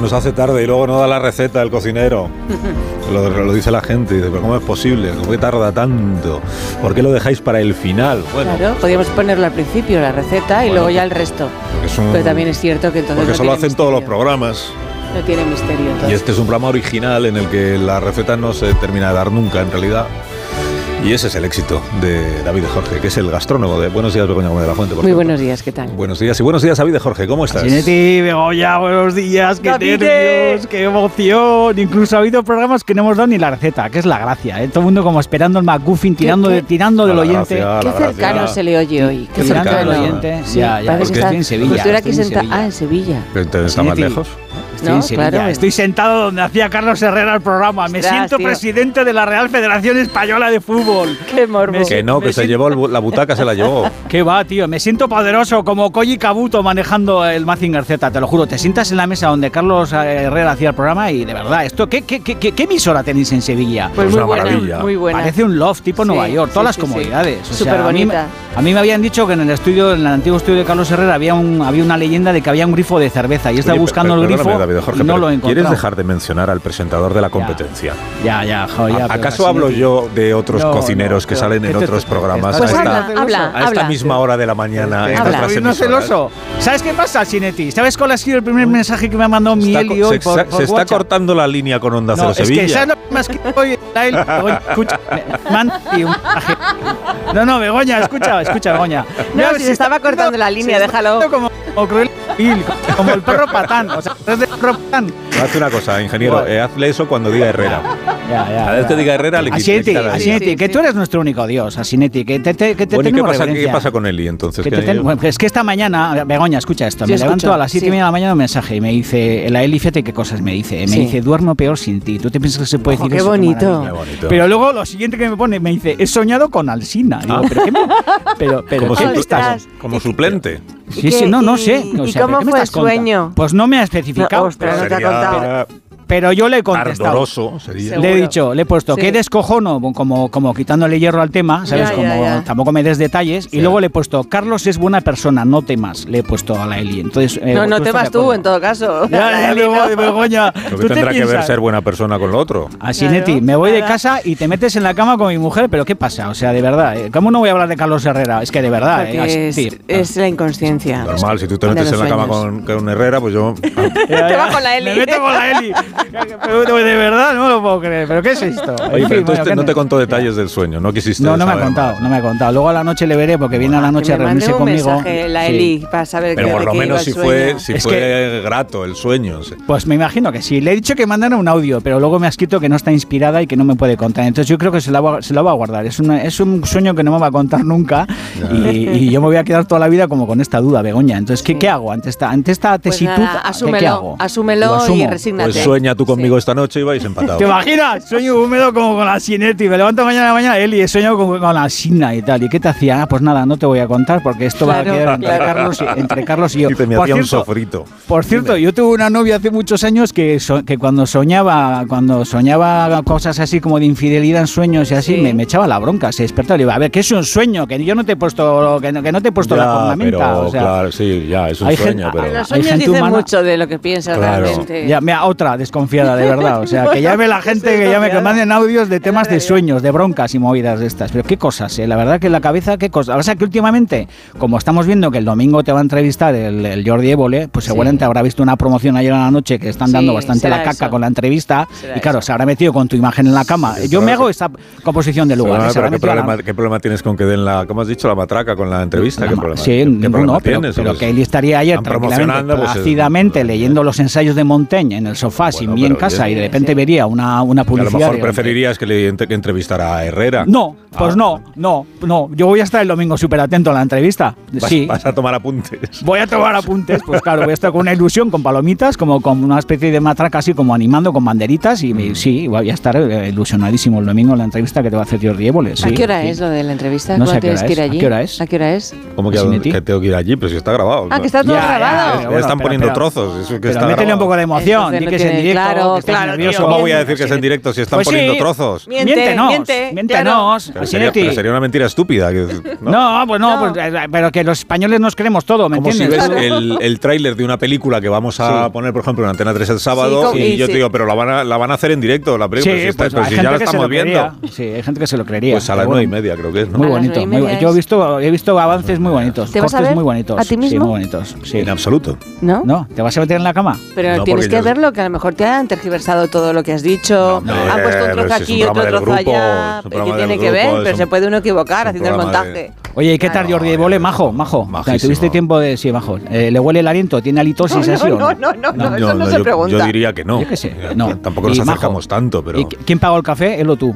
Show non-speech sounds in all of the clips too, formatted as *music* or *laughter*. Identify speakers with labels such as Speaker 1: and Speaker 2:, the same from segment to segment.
Speaker 1: nos hace tarde y luego no da la receta
Speaker 2: *laughs*
Speaker 1: el cocinero. Lo, lo dice la gente, dice, pero ¿cómo es posible? ¿Por qué tarda tanto? ¿Por qué lo dejáis para el final? Bueno,
Speaker 2: claro, podríamos ponerlo al principio, la receta, y
Speaker 1: Bueno,
Speaker 2: luego ya el resto.
Speaker 1: porque es un-
Speaker 2: Pero también es cierto que entonces.
Speaker 1: porque
Speaker 2: no
Speaker 1: eso lo
Speaker 2: tiene
Speaker 1: hacen todos los
Speaker 2: misterio.
Speaker 1: programas.
Speaker 2: No tiene misterio. entonces.
Speaker 1: Y este es un programa original en el que la receta no se termina de dar nunca, en realidad. Y ese es el éxito de David Jorge, que es el gastrónomo de Buenos días, Begoña Gómez de la Fuente. por
Speaker 2: Muy
Speaker 1: cierto.
Speaker 2: buenos días, ¿qué tal?
Speaker 1: Buenos días y buenos días, David Jorge, ¿cómo estás?
Speaker 3: Chineti, Begoya, buenos días, qué
Speaker 2: Davide.
Speaker 3: nervios, qué emoción. Incluso ha habido programas que no hemos dado ni la receta, que es la gracia. ¿eh? Todo el mundo como esperando el McGuffin, tirando,
Speaker 2: qué?
Speaker 3: de- tirando del
Speaker 1: A la
Speaker 3: oyente.
Speaker 1: gracia, a
Speaker 2: Qué
Speaker 1: la gracia.
Speaker 2: cercano se le oye hoy. Qué
Speaker 1: Qué
Speaker 3: Tirando del
Speaker 1: cercano.
Speaker 2: cercano.
Speaker 3: oyente.
Speaker 2: Sí,
Speaker 3: ya, ya,
Speaker 2: parece
Speaker 3: porque
Speaker 2: que
Speaker 3: estoy en
Speaker 2: está-
Speaker 3: Sevilla.
Speaker 2: Tú eras aquí
Speaker 3: estoy en
Speaker 2: senta-
Speaker 3: Sevilla.
Speaker 2: Ah, en Sevilla.
Speaker 1: Pero entonces está más
Speaker 3: Chineti.
Speaker 1: lejos.
Speaker 3: Estoy
Speaker 2: No,
Speaker 3: en Sevilla.
Speaker 2: claro.
Speaker 3: Estoy sentado donde hacía Carlos Herrera el programa. Me
Speaker 2: Ostras,
Speaker 3: siento
Speaker 2: tío.
Speaker 3: presidente de la Real Federación Española de Fútbol.
Speaker 2: Qué morbo.
Speaker 3: Me
Speaker 1: Que no, que se llevó el bu- la butaca, se la llevó.
Speaker 3: ¿Qué va, tío? Me siento poderoso como Koji Kabuto manejando el Mazinger Z, te lo juro. Te sientas en la mesa donde Carlos eh, Herrera hacía el programa y de verdad, esto ¿qué, qué, qué, qué- qué emisora tenéis en Sevilla?
Speaker 2: Pues
Speaker 1: Es
Speaker 2: muy
Speaker 1: una
Speaker 2: buena,
Speaker 1: maravilla.
Speaker 2: muy buena.
Speaker 3: Parece un loft tipo
Speaker 2: Sí,
Speaker 3: Nueva York,
Speaker 2: sí,
Speaker 3: todas
Speaker 2: sí,
Speaker 3: las
Speaker 2: sí.
Speaker 3: comodidades. O sea,
Speaker 2: Superbonita.
Speaker 3: A mí, me- a mí me habían dicho que en el estudio, en el antiguo estudio de Carlos Herrera, había, un, había una leyenda de que había un grifo de cerveza y está
Speaker 1: Oye,
Speaker 3: buscando
Speaker 1: per-
Speaker 3: el
Speaker 1: perdóname,
Speaker 3: grifo
Speaker 1: David Jorge,
Speaker 3: y no
Speaker 1: pero
Speaker 3: lo he
Speaker 1: ¿Quieres
Speaker 3: encontrado.
Speaker 1: dejar de mencionar al presentador de la competencia?
Speaker 3: Ya, ya, jo, ya,
Speaker 1: ¿A-
Speaker 3: pero
Speaker 1: ¿Acaso
Speaker 3: así
Speaker 1: hablo
Speaker 3: no-
Speaker 1: yo de otros
Speaker 3: No,
Speaker 1: cocineros
Speaker 3: no,
Speaker 1: que
Speaker 3: pero- este-
Speaker 1: salen en
Speaker 3: Esto-
Speaker 1: otros
Speaker 3: esto-
Speaker 1: programas a
Speaker 3: esto-
Speaker 2: Pues
Speaker 3: Ahí
Speaker 1: esta,
Speaker 2: habla,
Speaker 3: está.
Speaker 2: habla,
Speaker 1: a esta
Speaker 2: habla.
Speaker 1: misma hora de la mañana? en
Speaker 2: Habla.
Speaker 1: otras
Speaker 3: Soy no
Speaker 1: emisoras?
Speaker 3: celoso. ¿Sabes qué pasa, Chinetti? ¿Sabes cuál ha sido el primer mensaje que me ha mandado
Speaker 1: Está
Speaker 3: Miel
Speaker 1: co-
Speaker 3: y hoy
Speaker 1: se,
Speaker 3: por,
Speaker 1: se-
Speaker 3: por
Speaker 1: se está
Speaker 3: WhatsApp?
Speaker 1: cortando la línea con Onda
Speaker 3: No,
Speaker 1: Cero
Speaker 3: es
Speaker 1: Sevilla.
Speaker 3: que ¿sabes lo más que hoy está el- Begoña, escucha, me- me han- y un- No, no, Begoña, escucha, escucha, Begoña.
Speaker 2: No,
Speaker 3: Ya,
Speaker 2: si se estaba
Speaker 3: está
Speaker 2: cortando la línea,
Speaker 3: se está
Speaker 2: déjalo.
Speaker 3: poniendo Como, como Cruel de Vil, como el perro patán, o sea, es de perro patán.
Speaker 1: Haz una cosa, ingeniero,
Speaker 3: Guay.
Speaker 1: eh, hazle eso cuando diga Herrera.
Speaker 3: Ya, ya.
Speaker 1: Cada vez que diga Herrera, le quita- le
Speaker 3: Asieti,
Speaker 1: quita la
Speaker 2: Asiete,
Speaker 1: línea.
Speaker 2: Asieti.
Speaker 3: Asieti, que tú eres nuestro único dios, Asinetti, que te, te, que te
Speaker 1: Bueno, ¿y qué
Speaker 3: tenemos
Speaker 1: pasa, qué
Speaker 3: reverencia.
Speaker 1: pasa con Eli entonces?
Speaker 3: Que
Speaker 1: ¿Qué
Speaker 3: te
Speaker 1: hay?
Speaker 3: ten- bueno, es que esta mañana, Begoña, escucha esto,
Speaker 2: Sí,
Speaker 3: me
Speaker 2: escucho,
Speaker 3: levanto a las 7
Speaker 2: sí.
Speaker 3: y media de la mañana un mensaje y me dice, la Eli, fíjate qué cosas me dice, me
Speaker 2: Sí.
Speaker 3: dice, duermo peor sin ti, ¿tú te piensas que se puede
Speaker 2: Ojo,
Speaker 3: decir
Speaker 2: qué
Speaker 3: eso?
Speaker 2: bonito.
Speaker 3: maravilla".
Speaker 1: Qué bonito.
Speaker 3: Pero luego lo siguiente que me pone, me dice, he soñado con Alsina. Digo,
Speaker 1: Ah.
Speaker 3: pero ¿qué me- pero, pero
Speaker 1: como,
Speaker 3: ¿qué me
Speaker 1: supl-
Speaker 3: estás?
Speaker 2: Ostras.
Speaker 1: como suplente.
Speaker 3: Sí,
Speaker 2: ¿Y
Speaker 3: sí,
Speaker 2: qué-
Speaker 3: no, no
Speaker 2: y-
Speaker 3: sé.
Speaker 2: y
Speaker 3: o sea, ¿pero
Speaker 2: cómo
Speaker 3: qué me
Speaker 2: fue
Speaker 3: estás
Speaker 2: el
Speaker 3: contando?
Speaker 2: sueño?
Speaker 3: Pues no me ha especificado,
Speaker 2: No, ostras,
Speaker 3: pero,
Speaker 2: no te ha contado.
Speaker 3: pero yo le he contestado.
Speaker 1: ardoroso sería.
Speaker 2: Seguro.
Speaker 3: Le he dicho, le he puesto
Speaker 2: Sí.
Speaker 3: que eres cojono, como, como quitándole hierro al tema, ¿sabes?
Speaker 2: Ya,
Speaker 3: como
Speaker 2: ya, ya.
Speaker 3: tampoco me des detalles.
Speaker 1: Sí.
Speaker 3: Y luego le he puesto, Carlos es buena persona, no temas. Le he puesto a la Eli. Entonces, eh,
Speaker 2: No, no
Speaker 3: ¿tú
Speaker 2: te vas
Speaker 3: estás de acuerdo?
Speaker 2: tú, en todo caso.
Speaker 3: Ya, ya me voy, Begoña.
Speaker 1: Lo
Speaker 3: ¿Tú
Speaker 1: que
Speaker 3: te
Speaker 1: tendrá que ver
Speaker 3: piensas?
Speaker 1: ser buena persona con lo otro.
Speaker 3: Así,
Speaker 2: Claro,
Speaker 3: Neti, me voy de
Speaker 2: nada.
Speaker 3: casa y te metes en la cama con mi mujer, pero ¿qué pasa? O sea, de verdad, eh, ¿cómo no voy a hablar de Carlos Herrera? Es que de verdad, eh,
Speaker 2: Porque es,
Speaker 3: así,
Speaker 2: es la inconsciencia.
Speaker 1: Normal, si tú te
Speaker 2: De
Speaker 1: metes en
Speaker 2: los
Speaker 1: la cama
Speaker 2: sueños.
Speaker 1: con, con Herrera, pues
Speaker 3: *laughs*
Speaker 1: yo.
Speaker 3: Ya,
Speaker 2: Te
Speaker 3: ya.
Speaker 2: vas con la Eli.
Speaker 3: Eh, Me meto con la Eli. Pero De verdad, no me lo puedo creer. ¿Pero qué es
Speaker 1: Oye,
Speaker 3: esto? En
Speaker 1: pero
Speaker 3: fin,
Speaker 1: entonces
Speaker 3: bueno,
Speaker 1: te- no
Speaker 3: ¿qué
Speaker 1: te contó detalles del sueño, no quisiste.
Speaker 3: No, no me ha
Speaker 1: saber
Speaker 3: contado,
Speaker 1: más.
Speaker 3: no me ha contado. Luego a la noche le veré porque viene a la noche
Speaker 2: Ah, Que
Speaker 3: a
Speaker 2: me mande
Speaker 3: reunirse
Speaker 2: un
Speaker 3: conmigo.
Speaker 2: mensaje la
Speaker 3: Sí.
Speaker 2: Eli para saber
Speaker 1: Pero
Speaker 2: qué-
Speaker 1: por
Speaker 2: de
Speaker 1: lo
Speaker 2: qué iba
Speaker 1: menos
Speaker 2: el
Speaker 1: si
Speaker 2: sueño.
Speaker 1: fue, si
Speaker 3: Es
Speaker 1: fue grato el sueño. sí.
Speaker 3: Pues me imagino que sí. Le he dicho que mandara un audio, pero luego me ha escrito que no está inspirada y que no me puede contar. Entonces yo creo que se la va, se la va a guardar. Es, una- es un sueño que no me va a contar nunca y, y yo me voy a quedar toda la vida como con esta duda, Begoña. Entonces, ¿qué,
Speaker 2: Sí.
Speaker 3: qué hago ante esta, ante esta
Speaker 2: Pues
Speaker 3: tesitud?
Speaker 2: nada,
Speaker 3: ¿qué-
Speaker 2: asúmelo,
Speaker 3: ¿Qué hago? Lo
Speaker 2: asúmelo y
Speaker 3: asumo.
Speaker 2: resígnate.
Speaker 1: Pues sueña tú conmigo esta noche y vais empatados.
Speaker 3: ¿Te imaginas? Sueño húmedo como con la Sinetti. Me levanto mañana a la mañana, Eli, he soñado con, con la Sina y tal. ¿Y qué te hacía? Ah, pues nada, no te voy a contar porque esto va
Speaker 2: Claro,
Speaker 3: a quedar entre,
Speaker 2: claro.
Speaker 3: Carlos y, entre Carlos y yo.
Speaker 1: Y te me
Speaker 3: Por
Speaker 1: hacía un
Speaker 3: cierto,
Speaker 1: sofrito.
Speaker 3: por cierto, yo tuve una novia hace muchos años que, so- que cuando soñaba cuando soñaba cosas así como de infidelidad en sueños y así,
Speaker 2: Sí.
Speaker 3: me, me echaba la bronca, se despertaba y le iba, a ver, que es un sueño, que yo no te he puesto, que no, que no te he puesto la
Speaker 1: Ya,
Speaker 3: cornamenta.
Speaker 1: pero,
Speaker 3: o sea,
Speaker 1: claro, sí, ya, es un
Speaker 3: hay
Speaker 1: sueño,
Speaker 3: gente-
Speaker 1: pero.
Speaker 2: Los
Speaker 3: Hay
Speaker 2: sueños
Speaker 3: gente
Speaker 2: dicen
Speaker 3: humana-
Speaker 2: mucho de lo que piensas
Speaker 1: Claro.
Speaker 2: realmente.
Speaker 3: Ya, mira, otra desconfiada, de verdad. O sea, que ya ve la
Speaker 2: *laughs*
Speaker 3: gente que ya me que manden audios de temas de sueños, de broncas y movidas de estas. Pero qué cosas, eh. La verdad que la cabeza, qué cosas. O sea, que últimamente, como estamos viendo que el domingo te va a entrevistar el, el Jordi Évole, pues seguramente habrá visto una promoción ayer a la noche que están
Speaker 2: Sí,
Speaker 3: dando bastante
Speaker 2: será
Speaker 3: la caca
Speaker 2: eso.
Speaker 3: con la entrevista.
Speaker 2: Será
Speaker 3: y claro,
Speaker 2: eso.
Speaker 3: se habrá metido con tu imagen en la cama.
Speaker 1: Sí,
Speaker 3: Yo
Speaker 1: pero-
Speaker 3: me hago esta composición de lugar. ¿eh?
Speaker 1: Perdóname,
Speaker 3: se
Speaker 1: pero
Speaker 3: habrá
Speaker 1: ¿qué,
Speaker 3: metido a la-
Speaker 1: problema, qué problema tienes con que den la, ¿cómo has dicho? La matraca con la entrevista. ¿Qué
Speaker 3: Nada
Speaker 1: problema,
Speaker 3: más.
Speaker 1: qué-
Speaker 3: sí,
Speaker 1: qué
Speaker 3: ninguno,
Speaker 1: problema
Speaker 3: pero,
Speaker 1: tienes?
Speaker 3: pero
Speaker 1: Pues,
Speaker 3: que él estaría ayer
Speaker 1: están
Speaker 3: tranquilamente,
Speaker 1: promocionando, pues, el-
Speaker 3: plácidamente, leyendo los ensayos de Montaigne en el sofá, sin mí en
Speaker 1: pero
Speaker 3: casa,
Speaker 1: oye.
Speaker 3: y de repente vería una, una
Speaker 1: que A lo
Speaker 3: publicidad.
Speaker 1: mejor
Speaker 3: de-
Speaker 1: preferirías que le ent- que entrevistara a Herrera.
Speaker 3: No,
Speaker 1: Ah,
Speaker 3: pues no, no, no. Yo voy a estar el domingo súper atento a la entrevista.
Speaker 1: Vas,
Speaker 3: sí.
Speaker 1: vas a tomar apuntes.
Speaker 3: Voy a tomar apuntes, pues claro, voy a estar con una ilusión, con palomitas, como con una especie de matraca así, como animando con banderitas, y
Speaker 1: Mm.
Speaker 3: me- sí, voy a estar eh, ilusionadísimo el domingo en la entrevista que te va a hacer Jordi Évole.
Speaker 2: ¿A
Speaker 3: sí,
Speaker 2: qué hora
Speaker 3: sí.
Speaker 2: es lo de la entrevista?
Speaker 3: No
Speaker 2: ¿Cuándo
Speaker 3: sé a qué hora
Speaker 2: tienes que ir
Speaker 3: es, ¿a
Speaker 2: allí?
Speaker 3: qué hora es?
Speaker 2: ¿A qué hora es?
Speaker 1: ¿Cómo que, a
Speaker 3: ¿Sin
Speaker 1: dónde-
Speaker 3: ti?
Speaker 1: que tengo que ir allí? Pero si está grabado.
Speaker 2: Ah,
Speaker 1: ¿no?
Speaker 2: que está todo
Speaker 3: Ya, ya,
Speaker 2: grabado.
Speaker 3: ya,
Speaker 1: Le
Speaker 3: bueno,
Speaker 1: están
Speaker 3: pero-
Speaker 1: poniendo
Speaker 3: pero-
Speaker 1: trozos. eso que
Speaker 3: Pero
Speaker 1: está
Speaker 3: métele un
Speaker 1: grabado.
Speaker 3: poco de emoción,
Speaker 2: Entonces
Speaker 3: di
Speaker 2: no
Speaker 3: que es en
Speaker 2: tiene-
Speaker 3: directo.
Speaker 2: Claro,
Speaker 3: que estás
Speaker 2: claro,
Speaker 3: nervioso.
Speaker 2: tío.
Speaker 1: ¿Cómo voy a decir que es
Speaker 3: Sí.
Speaker 1: en directo si están
Speaker 3: Pues sí.
Speaker 1: poniendo trozos?
Speaker 2: Miente,
Speaker 3: miéntenos,
Speaker 2: miente,
Speaker 3: miéntenos,
Speaker 1: Pero
Speaker 3: así
Speaker 1: sería,
Speaker 3: de ti.
Speaker 1: pero sería una mentira estúpida. que- ¿no?
Speaker 3: No, pues no,
Speaker 2: No.
Speaker 3: pues, eh, pero que los españoles nos creemos todo, ¿me
Speaker 1: Como si
Speaker 3: entiendes?
Speaker 1: ves el, el tráiler de una película que vamos a
Speaker 3: Sí.
Speaker 1: poner, por ejemplo, en Antena 3 el sábado,
Speaker 2: Sí,
Speaker 1: y,
Speaker 2: y
Speaker 1: yo
Speaker 2: sí.
Speaker 1: te digo, pero la van a, la van a hacer en directo, la película, si, está- pero pues, si ya la
Speaker 3: pues que se
Speaker 1: estamos
Speaker 3: lo creería.
Speaker 1: viendo.
Speaker 3: Sí, hay gente que se lo creería.
Speaker 1: Pues a las
Speaker 3: Pero
Speaker 1: nueve y
Speaker 3: bueno,
Speaker 1: media creo que es, ¿no?
Speaker 3: Muy
Speaker 2: A las nueve
Speaker 3: bonito,
Speaker 2: y
Speaker 3: muy
Speaker 2: media
Speaker 3: bueno. Yo he
Speaker 2: es-
Speaker 3: visto, he visto avances muy bonitos,
Speaker 4: ¿Te vas a
Speaker 3: cortes
Speaker 4: ver
Speaker 3: muy bonitos.
Speaker 4: a ti mismo?
Speaker 3: Sí, muy bonitos. Sí.
Speaker 1: En absoluto.
Speaker 2: ¿No?
Speaker 3: ¿No? ¿Te vas a meter en la cama?
Speaker 2: Pero
Speaker 1: No,
Speaker 2: tienes
Speaker 1: porque
Speaker 2: que
Speaker 1: yo-
Speaker 2: verlo, que a lo mejor te han tergiversado todo lo que has dicho,
Speaker 1: No,
Speaker 2: han
Speaker 1: hombre,
Speaker 2: puesto un trozo
Speaker 1: pero si es un
Speaker 2: aquí y otro
Speaker 1: programa del
Speaker 2: trozo
Speaker 1: grupo,
Speaker 2: allá,
Speaker 1: es un
Speaker 2: ¿qué
Speaker 1: programa
Speaker 2: tiene
Speaker 1: del
Speaker 2: que ver?
Speaker 1: grupo, es
Speaker 2: Pero
Speaker 1: un-
Speaker 2: se puede uno equivocar
Speaker 1: es un
Speaker 2: haciendo el
Speaker 1: programa de-
Speaker 2: montaje.
Speaker 3: Oye, ¿y qué tal
Speaker 1: Claro. eh,
Speaker 3: Jordi Evole? Majo, majo.
Speaker 1: Majísimo.
Speaker 3: ¿Tuviste tiempo de...? Sí, majo. Eh, ¿Le huele el aliento? ¿Tiene halitosis así o
Speaker 2: no, no, no, no,
Speaker 1: No,
Speaker 2: eso no,
Speaker 1: no,
Speaker 2: se
Speaker 1: yo,
Speaker 2: pregunta.
Speaker 1: yo diría que no.
Speaker 3: Yo qué sé,
Speaker 1: Eh,
Speaker 3: no.
Speaker 1: Tampoco
Speaker 3: Y
Speaker 1: nos
Speaker 3: Majo.
Speaker 1: acercamos tanto, pero
Speaker 3: ¿Y qui- ¿Quién pagó el café? ¿Él o tú?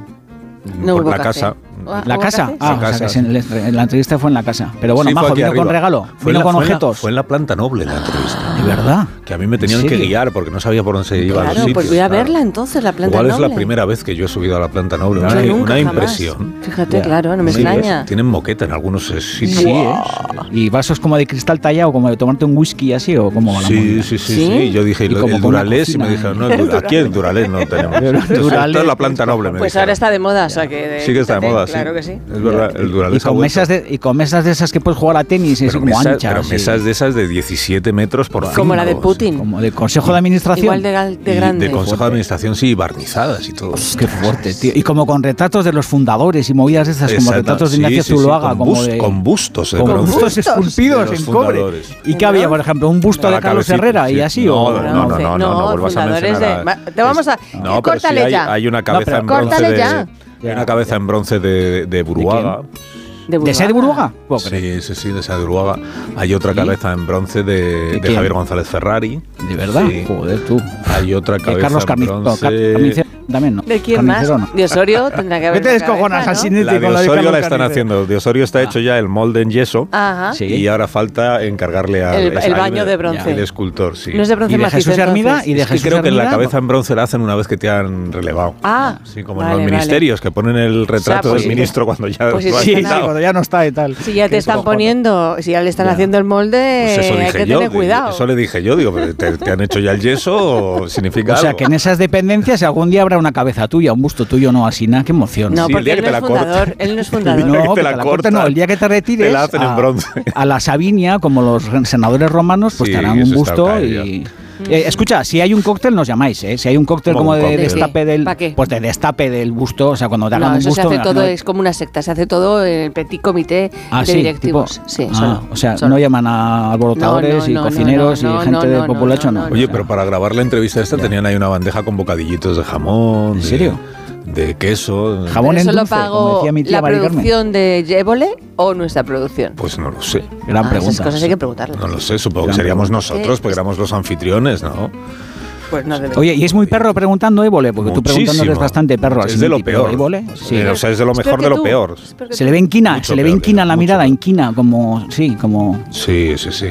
Speaker 2: No
Speaker 1: por
Speaker 2: hubo
Speaker 1: la
Speaker 2: café.
Speaker 1: casa.
Speaker 2: Ah,
Speaker 3: ¿La
Speaker 2: ¿hubo
Speaker 3: casa?
Speaker 2: café?
Speaker 3: Ah,
Speaker 1: Sí,
Speaker 3: o sea,
Speaker 1: casa,
Speaker 3: que
Speaker 1: sí.
Speaker 3: en el- en la entrevista fue en la casa. Pero bueno,
Speaker 1: Sí, fue
Speaker 3: Majo
Speaker 1: aquí
Speaker 3: vino con
Speaker 1: arriba.
Speaker 3: regalo.
Speaker 1: Fue en
Speaker 3: vino
Speaker 1: la-
Speaker 3: con
Speaker 1: fue en la-
Speaker 3: objetos.
Speaker 1: Fue en la planta noble la entrevista.
Speaker 3: ¿De verdad?
Speaker 1: Que a mí me tenían
Speaker 3: ¿En
Speaker 1: que
Speaker 3: serio?
Speaker 1: guiar porque no sabía por dónde se iba a los
Speaker 2: Claro, pues
Speaker 1: sitios,
Speaker 2: voy a
Speaker 1: claro.
Speaker 2: verla entonces, la planta
Speaker 1: Igual es la
Speaker 2: noble.
Speaker 1: primera vez que yo he subido a la planta noble.
Speaker 2: Yo
Speaker 1: Una,
Speaker 2: nunca,
Speaker 1: una
Speaker 2: jamás.
Speaker 1: impresión.
Speaker 2: Fíjate,
Speaker 3: Ya.
Speaker 2: claro, no me
Speaker 1: Una
Speaker 2: extraña.
Speaker 1: impresión. Tienen moqueta en algunos eh,
Speaker 3: Sí,
Speaker 1: sitios.
Speaker 3: sí, ¿eh? Y vasos como de cristal tallado, como de tomarte un whisky así o como la
Speaker 1: Sí,
Speaker 3: movida?
Speaker 1: sí, sí, sí,
Speaker 2: ¿Sí?
Speaker 1: Yo dije,
Speaker 3: Y
Speaker 1: el,
Speaker 3: como
Speaker 1: el
Speaker 3: con una
Speaker 1: Duralés, y me
Speaker 3: cocina,
Speaker 1: dijeron,
Speaker 3: ¿eh?
Speaker 1: no, el Dura- aquí el Duralés no tenemos.
Speaker 3: El
Speaker 1: Entonces,
Speaker 3: Duralés.
Speaker 1: Esto es la planta noble, me
Speaker 2: Pues
Speaker 1: dijeron.
Speaker 2: ahora está de moda, o sea que...
Speaker 1: Sí que está de moda, sí.
Speaker 2: Claro que sí.
Speaker 1: Es verdad, el Duralés
Speaker 3: Y con,
Speaker 1: ha vuelto.
Speaker 3: mesas de, y con mesas de esas que puedes jugar a tenis, así
Speaker 1: Pero
Speaker 3: como
Speaker 1: mesas-
Speaker 3: anchas.
Speaker 1: pero
Speaker 3: sí.
Speaker 1: mesas de esas de 17 metros por
Speaker 2: Como la de
Speaker 1: cinco, sí.
Speaker 2: Putin.
Speaker 3: Como de consejo de Pues, administración.
Speaker 2: Igual de, gal- de
Speaker 1: Y
Speaker 2: grande.
Speaker 1: De consejo de administración, sí, barnizadas y todo.
Speaker 3: Qué fuerte, tío. Y como con retratos de los fundadores y movidas de estas, como
Speaker 1: Exacto,
Speaker 3: retratos de
Speaker 1: sí,
Speaker 3: Ignacio
Speaker 1: sí, sí,
Speaker 3: Zuloaga,
Speaker 1: con
Speaker 3: como
Speaker 1: bus-
Speaker 3: de.
Speaker 1: con bustos eh, de
Speaker 3: con
Speaker 1: bronce.
Speaker 3: bustos
Speaker 1: de
Speaker 3: esculpidos
Speaker 1: los
Speaker 3: en cobre.
Speaker 1: fundadores.
Speaker 3: ¿Y qué había, por ejemplo? ¿Un busto
Speaker 1: A la
Speaker 3: de Carlos
Speaker 1: cabecita,
Speaker 3: Herrera y
Speaker 1: sí.
Speaker 3: así?
Speaker 1: No,
Speaker 3: o,
Speaker 1: no, no, no, no, no, no vuelvas a
Speaker 2: fundadores
Speaker 1: mencionar
Speaker 2: de-
Speaker 1: a-
Speaker 2: Ma- te vamos a-
Speaker 1: No, pero sí
Speaker 2: córtale
Speaker 1: hay,
Speaker 2: ya.
Speaker 1: hay una
Speaker 3: No,
Speaker 1: cabeza
Speaker 3: pero
Speaker 1: en bronce
Speaker 4: córtale
Speaker 1: de,
Speaker 4: ya.
Speaker 1: hay una cabeza en bronce de, de Buruaga.
Speaker 3: ¿De Sede Burbuja?
Speaker 1: Sí, sí, sí, de esa de Buruaga. Hay otra
Speaker 3: ¿Y?
Speaker 1: cabeza en bronce
Speaker 3: ¿De
Speaker 1: de, de
Speaker 3: quién?
Speaker 1: Javier González Ferrari.
Speaker 3: ¿De verdad?
Speaker 1: Sí.
Speaker 3: Joder, tú.
Speaker 1: Hay otra
Speaker 3: De
Speaker 1: cabeza
Speaker 3: Carlos
Speaker 1: en
Speaker 3: Carnicero.
Speaker 1: bronce.
Speaker 3: también, ¿no?
Speaker 2: ¿De quién más?
Speaker 3: Carnicero, no.
Speaker 2: De Osorio tendrá que haber.
Speaker 3: ¿Qué te
Speaker 2: una
Speaker 3: descojonas,
Speaker 2: cabeza, ¿no?
Speaker 3: Así ni-
Speaker 1: La de
Speaker 3: con la de
Speaker 1: Osorio
Speaker 3: Carlos
Speaker 1: la están
Speaker 3: Carnicero.
Speaker 1: haciendo. De Osorio
Speaker 3: Ah.
Speaker 1: está hecho ya el molde en yeso.
Speaker 2: Ajá.
Speaker 3: Sí.
Speaker 1: Y ahora falta encargarle al
Speaker 2: El- el
Speaker 1: al-
Speaker 2: baño de
Speaker 1: al-
Speaker 2: bronce.
Speaker 1: El escultor, sí.
Speaker 2: No es de bronce
Speaker 3: Y de
Speaker 2: macizo,
Speaker 3: Jesús Hermida
Speaker 2: entonces.
Speaker 3: y de
Speaker 1: Es que
Speaker 3: Jesús
Speaker 1: creo que la
Speaker 3: Hermida,
Speaker 1: cabeza en bronce la hacen una vez que te han relevado.
Speaker 2: Ah,
Speaker 1: Sí, como en
Speaker 2: vale,
Speaker 1: los
Speaker 2: vale.
Speaker 1: ministerios, que ponen el retrato
Speaker 2: O sea, pues
Speaker 1: del
Speaker 2: sí.
Speaker 1: ministro cuando ya
Speaker 2: Pues sí,
Speaker 1: lo han
Speaker 2: sí,
Speaker 3: Sí, sí,
Speaker 1: quitado.
Speaker 3: cuando ya no está y tal.
Speaker 2: Si ya te
Speaker 3: Qué
Speaker 2: están
Speaker 3: cojona.
Speaker 2: poniendo, si ya le están
Speaker 3: Ya.
Speaker 2: haciendo el molde,
Speaker 1: Pues eso
Speaker 2: hay
Speaker 1: dije
Speaker 2: que
Speaker 1: yo.
Speaker 2: tener
Speaker 1: di-
Speaker 2: cuidado.
Speaker 1: Eso le dije yo. Digo, pero ¿te, te han hecho ya el yeso o significa
Speaker 3: O sea,
Speaker 1: algo?
Speaker 3: que en esas dependencias algún día habrá una cabeza tuya, un busto tuyo, no así, nada, qué emoción.
Speaker 2: No,
Speaker 1: Sí, el
Speaker 2: porque
Speaker 1: día
Speaker 2: él
Speaker 1: que
Speaker 2: no,
Speaker 1: te
Speaker 2: es
Speaker 1: la corten.
Speaker 2: fundador, él no es
Speaker 1: *laughs* El día
Speaker 2: fundador.
Speaker 1: que
Speaker 3: No,
Speaker 1: te
Speaker 3: que
Speaker 1: la
Speaker 3: la corten,
Speaker 1: cortan,
Speaker 3: no, el día que te retires
Speaker 1: te la hacen en bronce.
Speaker 3: a la Sabinia, como los re- senadores romanos, pues
Speaker 1: Sí,
Speaker 3: te harán un
Speaker 1: eso está
Speaker 3: gusto
Speaker 1: caído.
Speaker 3: y... Eh, escucha, si hay un cóctel nos llamáis, ¿eh? Si hay un cóctel
Speaker 1: ¿Cómo
Speaker 3: como
Speaker 1: un
Speaker 3: de,
Speaker 1: cóctel?
Speaker 3: destape
Speaker 2: ¿De qué?
Speaker 3: del...
Speaker 2: ¿Pa qué?
Speaker 3: Pues de destape del busto, o sea, cuando te hagan
Speaker 2: No,
Speaker 3: un
Speaker 2: eso se
Speaker 3: busto...
Speaker 2: hace
Speaker 3: me
Speaker 2: todo,
Speaker 3: imagino-
Speaker 2: es como una secta, se hace todo en el petit comité
Speaker 3: Ah,
Speaker 2: de
Speaker 3: sí,
Speaker 2: directivos.
Speaker 3: tipo-
Speaker 2: Sí,
Speaker 3: ah,
Speaker 2: solo,
Speaker 3: o sea,
Speaker 2: solo.
Speaker 3: no llaman a
Speaker 2: No,
Speaker 3: alborotadores
Speaker 2: no, no,
Speaker 3: y
Speaker 2: no,
Speaker 3: cocineros
Speaker 2: no, no,
Speaker 3: y gente
Speaker 2: no,
Speaker 3: de
Speaker 2: no,
Speaker 3: populacho,
Speaker 2: no,
Speaker 3: no.
Speaker 2: no,
Speaker 1: Oye, pero para grabar la entrevista esta tenían ahí una bandeja con bocadillitos de jamón.
Speaker 3: ¿En
Speaker 1: de-
Speaker 3: serio?
Speaker 1: De, queso.
Speaker 3: Jamón.
Speaker 2: Pero
Speaker 3: en
Speaker 2: ¿Eso lo
Speaker 3: dulce, como
Speaker 2: pago
Speaker 3: decía mi tía
Speaker 2: la
Speaker 3: Mari Carmen.
Speaker 2: producción de Yébole o nuestra producción?
Speaker 1: Pues no lo sé.
Speaker 3: Gran
Speaker 2: Ah,
Speaker 3: pregunta.
Speaker 2: Esas cosas hay que preguntarlas.
Speaker 1: No lo sé. Supongo que
Speaker 3: Gran
Speaker 1: seríamos
Speaker 3: pregunta.
Speaker 1: nosotros, porque éramos los anfitriones, ¿no?
Speaker 2: Pues no debería.
Speaker 3: Oye, y es muy perro preguntando, Évole, porque tú preguntando
Speaker 1: Muchísimo.
Speaker 3: eres bastante perro.
Speaker 1: Es
Speaker 3: así,
Speaker 1: de lo
Speaker 3: tipo,
Speaker 1: peor.
Speaker 3: Évole, sí.
Speaker 1: Eh, o sea, es de lo
Speaker 2: Es
Speaker 1: mejor
Speaker 2: que
Speaker 1: de lo
Speaker 2: tú.
Speaker 1: peor.
Speaker 2: Es peor que
Speaker 3: Se le ve inquina,
Speaker 1: Mucho
Speaker 3: se le ve
Speaker 1: peor,
Speaker 3: inquina la
Speaker 1: mucho
Speaker 3: mirada,
Speaker 1: peor.
Speaker 3: inquina, como, sí, como...
Speaker 1: Sí, sí, sí.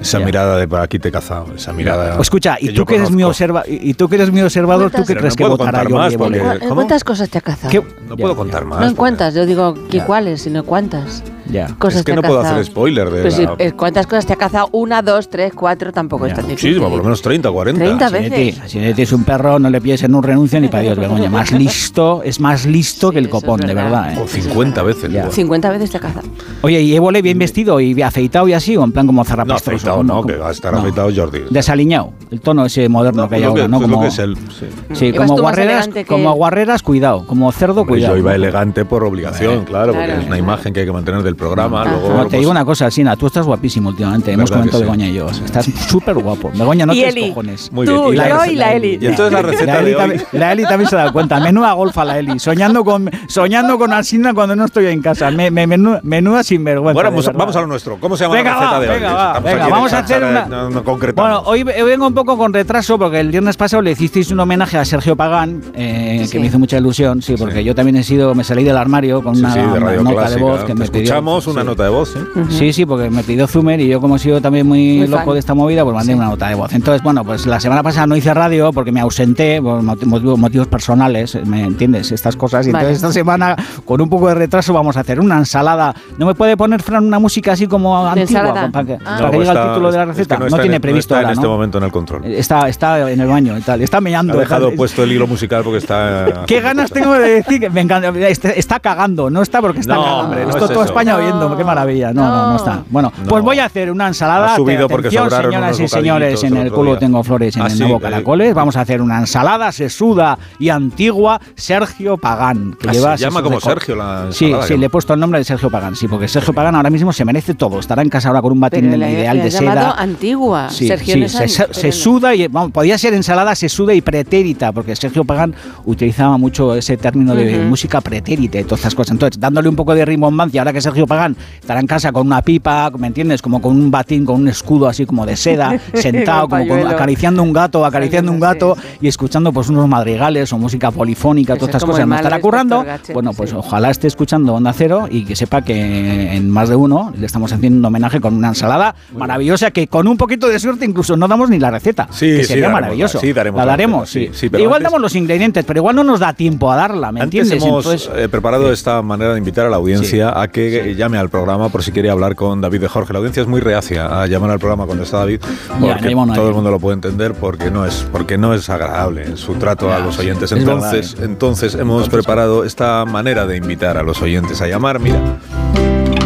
Speaker 1: Esa
Speaker 3: Ya.
Speaker 1: mirada de por aquí te he cazado. Esa mirada.
Speaker 3: Pues escucha, y
Speaker 1: yo
Speaker 3: tú que, eres muy
Speaker 1: conozco.
Speaker 3: observa y y tú que eres muy observador, ¿tú
Speaker 2: ¿Cuántas-
Speaker 3: qué
Speaker 1: Pero
Speaker 3: crees
Speaker 1: no
Speaker 3: que
Speaker 1: puedo
Speaker 3: votará
Speaker 1: contar
Speaker 3: Jordi
Speaker 1: más, porque-
Speaker 3: Évole?
Speaker 2: ¿Cu-
Speaker 1: ¿cómo?
Speaker 2: ¿Cuántas cosas te ha cazado?
Speaker 3: ¿Qué-
Speaker 1: No
Speaker 3: Ya,
Speaker 1: puedo
Speaker 3: ya,
Speaker 1: contar más.
Speaker 2: No en
Speaker 1: porque-
Speaker 2: cuántas, yo digo que
Speaker 3: Ya.
Speaker 2: cuáles, sino cuántas.
Speaker 3: Ya.
Speaker 2: Cosas
Speaker 1: Es que
Speaker 2: te
Speaker 1: no
Speaker 2: ha
Speaker 1: puedo
Speaker 2: cazado.
Speaker 1: hacer spoiler de
Speaker 2: Pero sí,
Speaker 1: la-
Speaker 2: eh, ¿Cuántas cosas te ha cazado? Una, dos, tres, cuatro, tampoco
Speaker 3: Ya,
Speaker 2: está difícil.
Speaker 1: Muchísimo, por lo menos 30 o 40.
Speaker 2: 30
Speaker 1: Sí.
Speaker 3: Sinetti,
Speaker 2: veces.
Speaker 3: Sinetti es un perro, no le pienses en un renuncio ni para Dios, Begoña.
Speaker 2: *laughs*
Speaker 3: Más listo, es más listo
Speaker 2: Sí,
Speaker 3: que el
Speaker 2: eso es
Speaker 3: copón, de
Speaker 2: verdad.
Speaker 3: verdad.
Speaker 1: O
Speaker 3: ¿eh?
Speaker 1: 50 veces.
Speaker 3: Ya.
Speaker 1: digo.
Speaker 2: 50 veces te ha cazado.
Speaker 3: Oye, y Évole bien vestido y afeitado y así, o en plan como
Speaker 1: Mm. No,
Speaker 3: zarrapastroso.
Speaker 1: afeitado
Speaker 3: ¿Cómo-
Speaker 1: no,
Speaker 3: cómo?
Speaker 1: que va a estar
Speaker 3: No.
Speaker 1: afeitado Jordi.
Speaker 3: Desaliñado, el tono ese moderno
Speaker 1: No,
Speaker 3: que hay
Speaker 1: es lo
Speaker 3: ahora,
Speaker 1: que-
Speaker 3: ¿no?
Speaker 1: es lo
Speaker 3: Como,
Speaker 1: que es él. sí.
Speaker 3: sí,
Speaker 2: Ibas
Speaker 3: como
Speaker 2: tú más
Speaker 3: guarreras,
Speaker 2: elegante que
Speaker 3: como
Speaker 2: él.
Speaker 3: guarreras, cuidado, como cerdo,
Speaker 1: Hombre,
Speaker 3: cuidado.
Speaker 1: yo iba elegante por obligación, claro, porque
Speaker 2: Claro.
Speaker 1: es una imagen que hay que mantener del programa.
Speaker 2: Ajá.
Speaker 1: Luego,
Speaker 3: Bueno,
Speaker 1: bueno,
Speaker 3: te
Speaker 1: pues,
Speaker 3: digo una cosa, Sina, tú estás guapísimo últimamente. Hemos
Speaker 1: Verdad que
Speaker 3: comentado
Speaker 1: sí.
Speaker 3: Begoña y yo.
Speaker 1: *laughs*
Speaker 3: Estás súper guapo. Begoña, no
Speaker 2: Y
Speaker 3: te
Speaker 2: Eli.
Speaker 3: cojones.
Speaker 1: Muy
Speaker 2: Tú,
Speaker 1: bien.
Speaker 2: yo
Speaker 1: la-
Speaker 2: y la Eli.
Speaker 1: Y entonces la receta
Speaker 3: Eli
Speaker 1: de hoy-
Speaker 3: también- la Eli también se da cuenta. Menuda golfa la Eli. Soñando con, soñando con Asina cuando no estoy en casa. Me, me- menú- menuda sinvergüenza.
Speaker 1: Bueno,
Speaker 3: de
Speaker 1: vamos,
Speaker 3: verdad.
Speaker 1: vamos a lo nuestro. ¿Cómo se llama
Speaker 3: Venga,
Speaker 1: la receta
Speaker 3: va,
Speaker 1: de hoy?
Speaker 3: venga,
Speaker 1: Estamos
Speaker 3: va,
Speaker 1: aquí
Speaker 3: venga,
Speaker 1: de
Speaker 3: vamos a
Speaker 1: chanchar,
Speaker 3: hacer una-
Speaker 1: No, no concretamos.
Speaker 3: Bueno, hoy, hoy vengo un poco con retraso porque el viernes pasado le hicisteis un homenaje a Sergio Pagán, eh,
Speaker 2: Sí.
Speaker 3: que me hizo mucha ilusión, sí, porque yo también he sido, me salí del armario con
Speaker 1: Sí,
Speaker 3: una,
Speaker 1: sí, de
Speaker 3: una
Speaker 1: radio
Speaker 3: nota de
Speaker 1: clásica.
Speaker 3: voz que
Speaker 1: Te
Speaker 3: me pidió,
Speaker 1: escuchamos mandamos una
Speaker 3: sí. Ah.
Speaker 1: nota de voz, ¿sí?
Speaker 2: Ujú.
Speaker 3: Sí, sí, porque me pidió Zumer y yo como he sido también muy,
Speaker 2: Muy
Speaker 3: loco
Speaker 2: fan.
Speaker 3: de esta movida, pues mandé
Speaker 2: Sí.
Speaker 3: una nota de voz. Entonces, bueno, pues la semana pasada no hice radio porque me ausenté por moti- motivo- motivos personales, ¿me entiendes? Estas cosas. Y
Speaker 2: Vale.
Speaker 3: entonces esta semana, con un poco de retraso, vamos a hacer una ensalada. ¿No me puede poner, Fran, una música así como
Speaker 2: ¿De
Speaker 3: antigua?
Speaker 2: ensalada?
Speaker 3: Para que,
Speaker 2: Ah.
Speaker 3: para que
Speaker 1: No,
Speaker 3: llegue
Speaker 1: está-
Speaker 3: el título de la
Speaker 1: es que
Speaker 3: receta. no,
Speaker 1: está en-
Speaker 3: tiene
Speaker 1: está
Speaker 3: previsto ahora,
Speaker 1: en este
Speaker 3: ¿no? Eh,
Speaker 1: momento en el control.
Speaker 3: Está, está en el baño y tal. Está meando.
Speaker 1: Ha dejado
Speaker 3: tal.
Speaker 1: puesto el hilo musical porque está...
Speaker 3: *laughs* Qué ganas tengo de decir que me encanta. Está, está cagando, no está porque está
Speaker 1: No,
Speaker 3: cagando.
Speaker 1: hombre, no
Speaker 3: Esto
Speaker 1: es
Speaker 3: toda
Speaker 1: eso.
Speaker 3: España
Speaker 2: No,
Speaker 3: oyendo, qué maravilla. No, no, no
Speaker 2: no.
Speaker 3: está. Bueno,
Speaker 1: No.
Speaker 3: pues voy a hacer una ensalada.
Speaker 1: Ha subido
Speaker 3: Te-
Speaker 1: porque
Speaker 3: atención,
Speaker 1: sobraron
Speaker 3: señoras y
Speaker 1: unos
Speaker 3: señores,
Speaker 1: bocadillitos
Speaker 3: en
Speaker 1: el
Speaker 3: el
Speaker 1: otro
Speaker 3: culo
Speaker 1: día.
Speaker 3: tengo flores en
Speaker 1: Ah,
Speaker 3: el
Speaker 1: sí,
Speaker 3: nuevo
Speaker 1: eh.
Speaker 3: caracoles. Vamos a hacer una ensalada sesuda y antigua Sergio Pagán. Que
Speaker 1: Ah,
Speaker 3: lleva
Speaker 1: se llama
Speaker 3: sesos
Speaker 1: como
Speaker 3: de co-
Speaker 1: Sergio la
Speaker 3: Sí,
Speaker 1: ensalada,
Speaker 3: sí,
Speaker 1: que-
Speaker 3: le he puesto el nombre de Sergio Pagán. Sí, porque Sergio Pagán ahora mismo se merece todo. Estará en casa ahora con un
Speaker 2: Pero
Speaker 3: batín
Speaker 2: la-
Speaker 3: ideal
Speaker 2: la
Speaker 3: de
Speaker 2: has llamado
Speaker 3: seda.
Speaker 2: antigua.
Speaker 3: Sí,
Speaker 2: Sergio
Speaker 3: sí,
Speaker 2: no es
Speaker 3: se,
Speaker 2: an-
Speaker 3: se-
Speaker 2: pero
Speaker 3: se
Speaker 2: no.
Speaker 3: suda y vamos, podía ser ensalada sesuda y pretérita, porque Sergio Pagán utilizaba mucho ese término de
Speaker 2: Ujú.
Speaker 3: música pretérita y todas estas cosas. Entonces, dándole un poco de rimbombancia, ahora que Sergio Pagán estará en casa con una pipa, ¿me entiendes? Como con un batín, con un escudo así como
Speaker 2: *laughs*
Speaker 3: de seda, sentado,
Speaker 2: Con
Speaker 3: como con-
Speaker 2: pañuelo.
Speaker 3: acariciando un gato, acariciando un
Speaker 2: Sí,
Speaker 3: gato
Speaker 2: sí.
Speaker 3: y escuchando pues unos madrigales o música polifónica,
Speaker 2: Eso
Speaker 3: todas
Speaker 2: es
Speaker 3: estas
Speaker 2: como
Speaker 3: cosas.
Speaker 2: el
Speaker 3: No
Speaker 2: malo
Speaker 3: estará
Speaker 2: de Inspector
Speaker 3: currando.
Speaker 2: Gadget,
Speaker 3: Bueno, pues
Speaker 2: sí.
Speaker 3: ojalá esté escuchando Onda Cero y que sepa que en más de uno le estamos haciendo un homenaje con una ensalada maravillosa que con un poquito de suerte incluso no damos ni la receta.
Speaker 1: Sí,
Speaker 3: que
Speaker 1: sí, daremos
Speaker 3: sería
Speaker 1: la-
Speaker 3: maravilloso.
Speaker 1: sí, daremos
Speaker 3: la
Speaker 1: la
Speaker 3: daremos, sí.
Speaker 1: receta, sí, sí, pero
Speaker 3: igual
Speaker 1: antes-
Speaker 3: damos los ingredientes, pero igual no nos da tiempo a darla, ¿me
Speaker 1: Antes
Speaker 3: entiendes?
Speaker 1: hemos
Speaker 3: Entonces,
Speaker 1: eh, preparado esta manera de invitar a la audiencia a que eh, llame al programa por si quiere hablar con David de Jorge. La audiencia es muy reacia a llamar al programa cuando está David, porque
Speaker 3: no llamo a nadie.
Speaker 1: todo el mundo lo puede entender porque no es porque no es agradable en su trato a los oyentes.
Speaker 3: es eh.
Speaker 1: Entonces, entonces hemos preparado esta manera de invitar a los oyentes a llamar. Mira,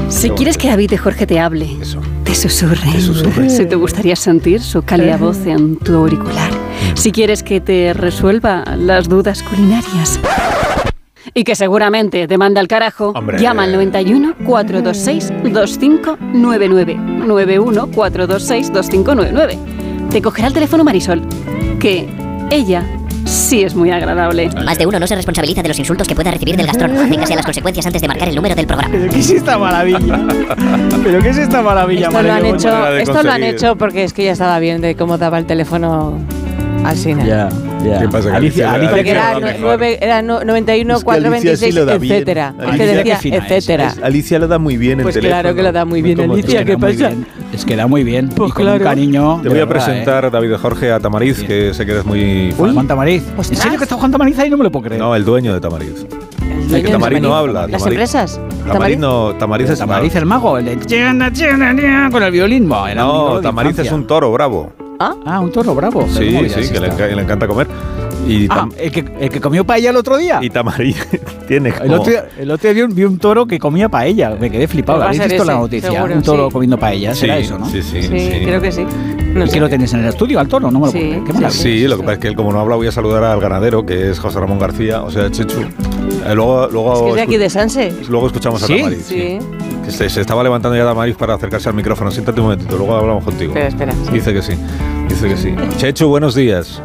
Speaker 4: Si quieres que David de Jorge te hable,
Speaker 1: eso.
Speaker 4: te susurre,
Speaker 1: Te susurre.
Speaker 4: si te gustaría sentir su cálida voz en tu auricular, si quieres que te resuelva las dudas culinarias y que seguramente te manda al carajo,
Speaker 1: Hombre.
Speaker 4: llama al 91 426 2599 91 426 2599. Te cogerá el teléfono Marisol, que ella sí es muy agradable.
Speaker 5: Más de uno no se responsabiliza de los insultos que pueda recibir del gastrónomo. Véngase a las consecuencias antes de marcar el número del programa.
Speaker 3: ¿Pero qué es esta maravilla?
Speaker 1: *laughs*
Speaker 3: ¿Pero qué es esta maravilla?
Speaker 2: Esto lo han
Speaker 3: Mariló?
Speaker 1: manera
Speaker 2: hecho,
Speaker 1: de
Speaker 2: esto lo han
Speaker 1: conseguir.
Speaker 2: hecho porque es que ya estaba bien de cómo daba el teléfono al cine.
Speaker 3: Ya, ya.
Speaker 1: ¿Qué pasa, que
Speaker 3: Alicia,
Speaker 1: Alicia-
Speaker 3: Alicia,
Speaker 2: Porque
Speaker 1: Alicia
Speaker 2: era,
Speaker 1: lo da
Speaker 2: no-
Speaker 1: mejor.
Speaker 2: nueve- era no- 91,
Speaker 6: Es que
Speaker 2: 4,
Speaker 6: Alicia sí
Speaker 2: 26,
Speaker 6: lo da bien.
Speaker 2: etcétera. Es que
Speaker 3: Alicia, qué
Speaker 2: decía,
Speaker 3: fina es.
Speaker 2: etcétera.
Speaker 1: Alicia lo da muy bien en
Speaker 2: Pues
Speaker 1: teléfono.
Speaker 2: claro que lo da muy bien,
Speaker 1: cómodo.
Speaker 2: Alicia.
Speaker 3: Es que
Speaker 2: ¿qué
Speaker 3: da muy
Speaker 2: pasa?
Speaker 3: bien, Es que da muy bien.
Speaker 2: Pues
Speaker 3: y con un
Speaker 2: claro.
Speaker 3: cariño.
Speaker 1: Te
Speaker 3: de
Speaker 1: voy a
Speaker 3: verdad, ¿eh?
Speaker 1: presentar, David de Jorge, a Tamariz, que sé que eres muy fan.
Speaker 3: Juan Tamariz. ¿En
Speaker 2: Ostras.
Speaker 3: serio que está Juan Tamariz ahí? No me lo puedo creer.
Speaker 1: No, el dueño de Tamariz.
Speaker 2: El
Speaker 1: que
Speaker 2: dueño de
Speaker 1: Tamariz no habla,
Speaker 2: Las
Speaker 1: Tamariz-
Speaker 2: empresas.
Speaker 1: Tamariz no, Tamariz
Speaker 3: Pero
Speaker 1: es
Speaker 3: Tamariz el mago, el de "Chana, chana, chana", con el violín. Buah, era un ídolo
Speaker 1: No,
Speaker 3: de
Speaker 1: Tamariz es
Speaker 3: infancia.
Speaker 1: un toro bravo.
Speaker 3: Ah, un toro bravo. Pero ¿cómo
Speaker 1: Sí,
Speaker 3: olvidas
Speaker 1: sí, que le,
Speaker 3: esta?
Speaker 1: enca- le encanta comer. Y,
Speaker 3: Ah,
Speaker 1: tam-
Speaker 3: el que, el que comió paella el otro día.
Speaker 1: y Tamariz *laughs* tiene
Speaker 3: El
Speaker 1: como...
Speaker 3: otro, día- el otro día vi un, vi un toro que comía paella. Me quedé
Speaker 2: Pues
Speaker 3: flipado.
Speaker 2: va a
Speaker 3: ¿Habéis
Speaker 2: ser
Speaker 3: visto la
Speaker 2: ese,
Speaker 3: noticia?
Speaker 2: seguro,
Speaker 3: un toro
Speaker 2: sí.
Speaker 3: comiendo paella.
Speaker 1: Sí,
Speaker 3: Será eso, ¿no?
Speaker 1: Sí, sí,
Speaker 2: Sí,
Speaker 1: sí.
Speaker 2: creo que sí. No
Speaker 3: ¿Y
Speaker 2: sé.
Speaker 3: que lo tenéis en el estudio, al toro? No me lo
Speaker 2: Sí,
Speaker 3: puedo creer. Qué
Speaker 2: sí,
Speaker 3: maravilla.
Speaker 1: Sí, lo que pasa es que él como no habla voy a saludar al ganadero, que es José Ramón García, o sea, Chechu. Eh, luego,
Speaker 2: Es que
Speaker 1: luego,
Speaker 2: es de aquí
Speaker 1: escu-
Speaker 2: de Sanse.
Speaker 1: luego escuchamos a
Speaker 3: ¿Sí?
Speaker 1: Tamariz.
Speaker 2: Sí.
Speaker 1: Que se, se estaba levantando ya Tamariz para acercarse al micrófono. Siéntate un momentito, luego hablamos contigo.
Speaker 2: Espera, espera.
Speaker 1: Dice que sí, dice que sí. Chechu, buenos días.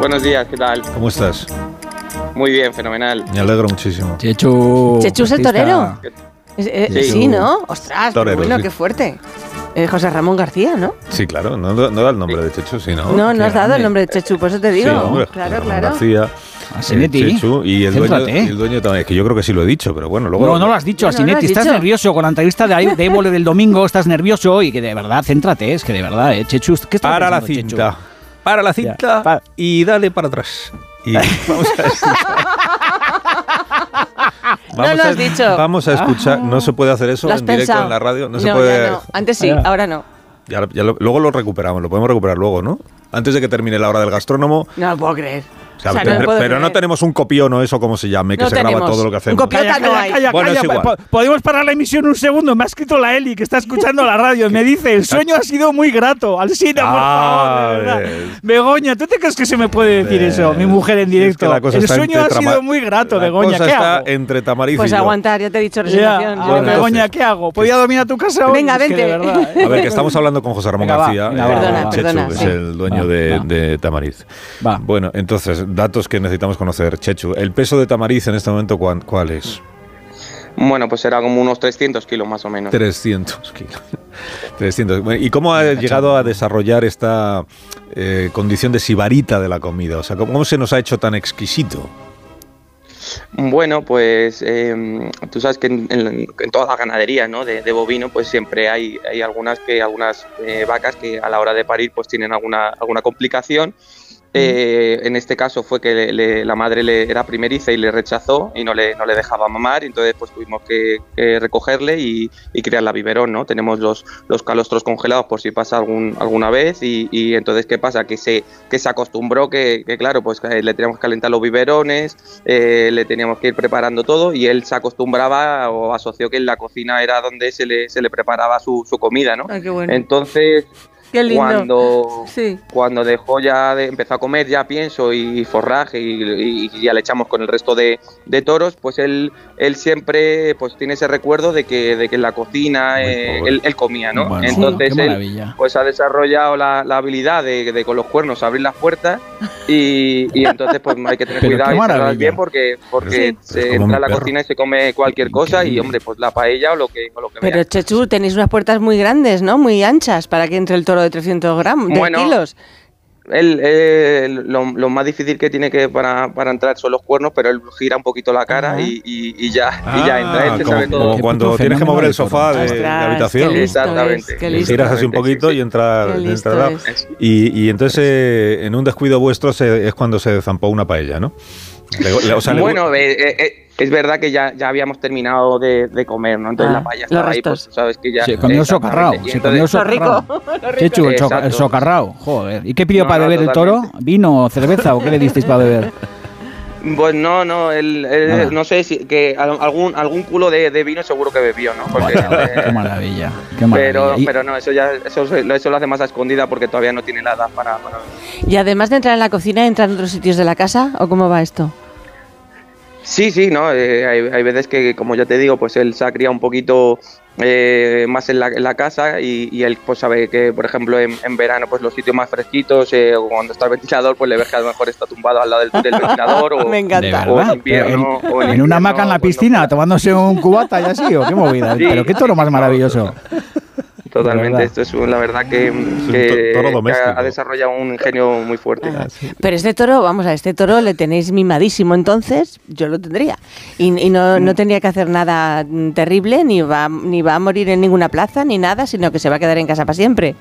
Speaker 7: Buenos días, ¿qué tal?
Speaker 1: ¿Cómo estás?
Speaker 7: Muy bien, fenomenal.
Speaker 1: Me alegro muchísimo.
Speaker 3: Chechu.
Speaker 2: Chechu es el
Speaker 3: artista.
Speaker 2: torero. Es- es-
Speaker 7: Sí.
Speaker 2: Sí, ¿no? Ostras, qué
Speaker 1: Torero,
Speaker 2: bueno,
Speaker 1: sí.
Speaker 2: qué fuerte. Eh, José Ramón García, ¿no?
Speaker 1: Sí, claro, no, no da el nombre de Chechu, sí, ¿no?
Speaker 2: No,
Speaker 3: qué
Speaker 2: no has dado
Speaker 3: grande.
Speaker 2: el nombre de Chechu, por eso te
Speaker 1: Sí,
Speaker 2: digo.
Speaker 1: hombre, José
Speaker 2: claro,
Speaker 1: Ramón
Speaker 2: claro.
Speaker 1: García.
Speaker 3: Asinetti,
Speaker 1: Eh, Chechu, y el dueño,
Speaker 3: céntrate.
Speaker 1: y el dueño también, que yo creo que sí lo he dicho, pero bueno, luego...
Speaker 3: No, no lo has dicho,
Speaker 2: No, no lo
Speaker 3: Asinetti.
Speaker 2: has
Speaker 3: estás
Speaker 2: dicho.
Speaker 3: nervioso con la entrevista de ahí- de Évole del domingo, estás nervioso y que de verdad, céntrate, es que de verdad, eh, Chechu, ¿qué estás
Speaker 1: Para la
Speaker 3: pensando, Chechu?
Speaker 1: cinta. Para la
Speaker 3: Ya.
Speaker 1: cinta
Speaker 3: Pa-
Speaker 1: y dale para atrás.
Speaker 3: *laughs*
Speaker 1: Y vamos a escuchar.
Speaker 2: No lo has
Speaker 1: a-
Speaker 2: dicho.
Speaker 1: Vamos a escuchar. No se puede hacer eso
Speaker 2: ¿Lo has
Speaker 1: en directo
Speaker 2: pensado?
Speaker 1: en la radio. No, se puede.
Speaker 2: ya no. Antes sí,
Speaker 3: Ya.
Speaker 2: ahora no.
Speaker 1: Ya lo- ya lo- luego lo recuperamos, lo podemos recuperar luego, ¿no? Antes de que termine la hora del gastrónomo.
Speaker 2: No lo puedo creer.
Speaker 1: O sea,
Speaker 2: O sea,
Speaker 1: te-
Speaker 2: no lo puedo
Speaker 1: pero no
Speaker 2: creer.
Speaker 1: tenemos un copión o eso, como se llame, que
Speaker 2: No
Speaker 1: se graba
Speaker 2: tenemos.
Speaker 1: todo lo que hacemos.
Speaker 2: Un copión. Pelota no hay.
Speaker 1: Bueno, es
Speaker 3: pa-
Speaker 1: igual.
Speaker 3: po- podemos parar la emisión un segundo. Me ha escrito la Eli, que está escuchando la radio, y me dice, el sueño ha sido muy grato. Alcina, por favor, de
Speaker 1: Ah,
Speaker 3: verdad.
Speaker 1: ves.
Speaker 3: Begoña, ¿tú te crees que se me puede decir
Speaker 1: Ves.
Speaker 3: eso? Mi mujer en
Speaker 1: Eh, Si es
Speaker 3: directo.
Speaker 1: que la cosa
Speaker 3: el
Speaker 1: está
Speaker 3: sueño ha
Speaker 1: entre Tama-
Speaker 3: sido muy grato,
Speaker 1: la
Speaker 3: Begoña.
Speaker 1: cosa
Speaker 3: ¿Qué
Speaker 1: está
Speaker 3: hago?
Speaker 1: entre Tamariz
Speaker 2: Pues
Speaker 1: y yo.
Speaker 2: aguantar, ya te he dicho
Speaker 3: Ya,
Speaker 2: resignación. ya
Speaker 3: ah,
Speaker 1: Bueno,
Speaker 2: está.
Speaker 1: entonces-
Speaker 3: Begoña, ¿qué hago? ¿Podía dormir a tu casa hoy?
Speaker 2: Venga,
Speaker 3: Es que de
Speaker 2: vente.
Speaker 3: verdad, ¿eh?
Speaker 1: A ver, que estamos hablando con José Ramón
Speaker 3: Venga, va,
Speaker 1: García,
Speaker 3: venga,
Speaker 1: eh,
Speaker 3: va,
Speaker 2: Perdona,
Speaker 1: Chechu,
Speaker 2: perdona,
Speaker 1: que es
Speaker 2: sí.
Speaker 1: el dueño
Speaker 3: Va,
Speaker 1: de,
Speaker 3: va.
Speaker 1: de Tamariz.
Speaker 3: Va.
Speaker 1: Bueno, entonces, datos que necesitamos conocer. Chechu, ¿el peso de Tamariz en este momento cuán- cuál es?
Speaker 7: Bueno, pues será como unos 300 kilos más o menos.
Speaker 1: 300 kilos. *laughs* 300. Bueno, ¿Y cómo ha llegado a desarrollar esta eh, condición de sibarita de la comida? O sea, ¿cómo se nos ha hecho tan exquisito?
Speaker 7: Bueno, pues eh, tú sabes que en, en- en todas las ganaderías ¿no? de, de bovino, pues siempre hay, hay algunas que algunas eh, vacas que a la hora de parir pues tienen alguna, alguna complicación. Eh, en este caso fue que le- le- la madre le era primeriza y le rechazó y no le, no le dejaba mamar, y entonces pues tuvimos que, que recogerle y, y criarla a biberón, ¿no? Tenemos los, los calostros congelados por si pasa algún, alguna vez y, y entonces ¿qué pasa? Que se, que se acostumbró que, que, claro, pues que le teníamos que calentar los biberones, eh, le teníamos que ir preparando todo y él se acostumbraba o asoció que en la cocina era donde se le, se le preparaba su, su comida, ¿no?
Speaker 6: Ah, qué bueno.
Speaker 7: Entonces,
Speaker 6: qué lindo.
Speaker 7: cuando,
Speaker 6: Sí.
Speaker 7: cuando dejó ya de, empezó a comer ya pienso y forraje y, y- y ya le echamos con el resto de, de toros pues él él siempre pues tiene ese recuerdo de que de que en la cocina
Speaker 1: Muy
Speaker 7: eh,
Speaker 1: pobre.
Speaker 7: él, él comía no
Speaker 3: Bueno,
Speaker 7: entonces
Speaker 3: qué
Speaker 7: él
Speaker 3: maravilla.
Speaker 7: pues ha desarrollado la, la habilidad de, de con los cuernos abrir las puertas y, y entonces pues hay que tener
Speaker 3: *laughs* Pero
Speaker 7: cuidado
Speaker 3: qué
Speaker 7: y cerrar
Speaker 3: maravilla.
Speaker 7: bien porque porque
Speaker 1: Sí. Es
Speaker 7: se
Speaker 1: como
Speaker 7: entra a
Speaker 1: mi
Speaker 7: la
Speaker 1: perro.
Speaker 7: cocina y se come cualquier cosa y
Speaker 3: Increíble.
Speaker 7: hombre pues la paella o lo que o lo que
Speaker 2: Pero
Speaker 7: vea.
Speaker 2: Chechu, tenéis unas puertas muy grandes, ¿no? Muy anchas para que entre el toro de 300 gramos, de
Speaker 7: Bueno,
Speaker 2: kilos.
Speaker 7: Él, él, lo, lo más difícil que tiene que para, para entrar son los cuernos, pero él gira un poquito la cara
Speaker 2: Ajá.
Speaker 7: y, y- y ya,
Speaker 1: Ah,
Speaker 7: y ya entra. Él se
Speaker 1: como,
Speaker 7: sabe todo.
Speaker 1: como
Speaker 3: Qué
Speaker 1: cuando
Speaker 3: puto
Speaker 1: tienes que
Speaker 3: fenómeno
Speaker 1: mover el
Speaker 3: de toro.
Speaker 1: sofá de, de
Speaker 2: Ostras,
Speaker 1: habitación.
Speaker 2: qué listo
Speaker 7: Exactamente.
Speaker 2: es, qué
Speaker 1: Le
Speaker 2: listo.
Speaker 1: giras así un poquito
Speaker 7: Sí, sí.
Speaker 1: y entra.
Speaker 2: Qué listo
Speaker 1: entra-
Speaker 2: es.
Speaker 1: y, y entonces, eh, en un descuido vuestro, se- es cuando se zampó una paella, ¿no? Le- le- o sea, le-
Speaker 7: bueno, eh, eh, eh, es verdad que ya, ya habíamos terminado de, de comer, ¿no? Entonces
Speaker 2: Ah,
Speaker 7: la paella
Speaker 2: los
Speaker 7: estaba ahí,
Speaker 2: restos.
Speaker 7: pues tú sabes que ya.
Speaker 3: Se comió socarrao,
Speaker 7: Exactamente. Y
Speaker 3: se comió
Speaker 7: entonces-
Speaker 2: *laughs*
Speaker 3: socarrao. Chechu, el,
Speaker 7: rico.
Speaker 3: soca- el
Speaker 7: Exacto.
Speaker 3: socarrao, joder. ¿Y qué pidió
Speaker 7: No,
Speaker 3: para
Speaker 7: no,
Speaker 3: beber el toro?
Speaker 7: totalmente.
Speaker 3: ¿Vino, o cerveza o qué le disteis para beber?
Speaker 7: Pues no, no, él, él-
Speaker 3: Nada.
Speaker 7: no sé si que al- algún algún culo de, de vino seguro que bebió, ¿no? Porque, eh,
Speaker 3: qué maravilla, qué maravilla.
Speaker 7: pero,
Speaker 3: Y-
Speaker 7: pero no, eso ya eso, eso lo hace más a escondida porque todavía no tiene la edad para, para
Speaker 2: Y además de entrar en la cocina, ¿entra en otros sitios de la casa o cómo va esto?
Speaker 7: Sí, sí, no. eh, hay, hay veces que, como ya te digo, pues él se ha criado un poquito eh, más en la, en la casa y, y él pues sabe que, por ejemplo, en, en verano, pues los sitios más fresquitos, eh, o cuando está el ventilador, pues le ves que a lo mejor está tumbado al lado del,
Speaker 2: *laughs*
Speaker 7: del ventilador o,
Speaker 2: Me
Speaker 3: De
Speaker 2: encanta.
Speaker 3: verdad.
Speaker 7: o en invierno. o
Speaker 3: en una hamaca en la
Speaker 7: invierno, pues,
Speaker 3: piscina, tomándose un cubata y así, o qué movida.
Speaker 7: Sí.
Speaker 3: Pero qué toro más maravilloso.
Speaker 7: no, totalmente,
Speaker 3: verdad.
Speaker 7: esto es un- la verdad que,
Speaker 1: un
Speaker 7: que-
Speaker 1: to- toro
Speaker 7: que ha-
Speaker 1: doméstico.
Speaker 7: ha desarrollado un ingenio muy fuerte.
Speaker 2: Pero este toro, vamos a este toro le tenéis mimadísimo, entonces yo lo tendría. Y, y no,
Speaker 1: Mm.
Speaker 2: no tendría que hacer nada mm, terrible, ni va, ni va a morir en ninguna plaza, ni nada, sino que se va a quedar en casa para siempre.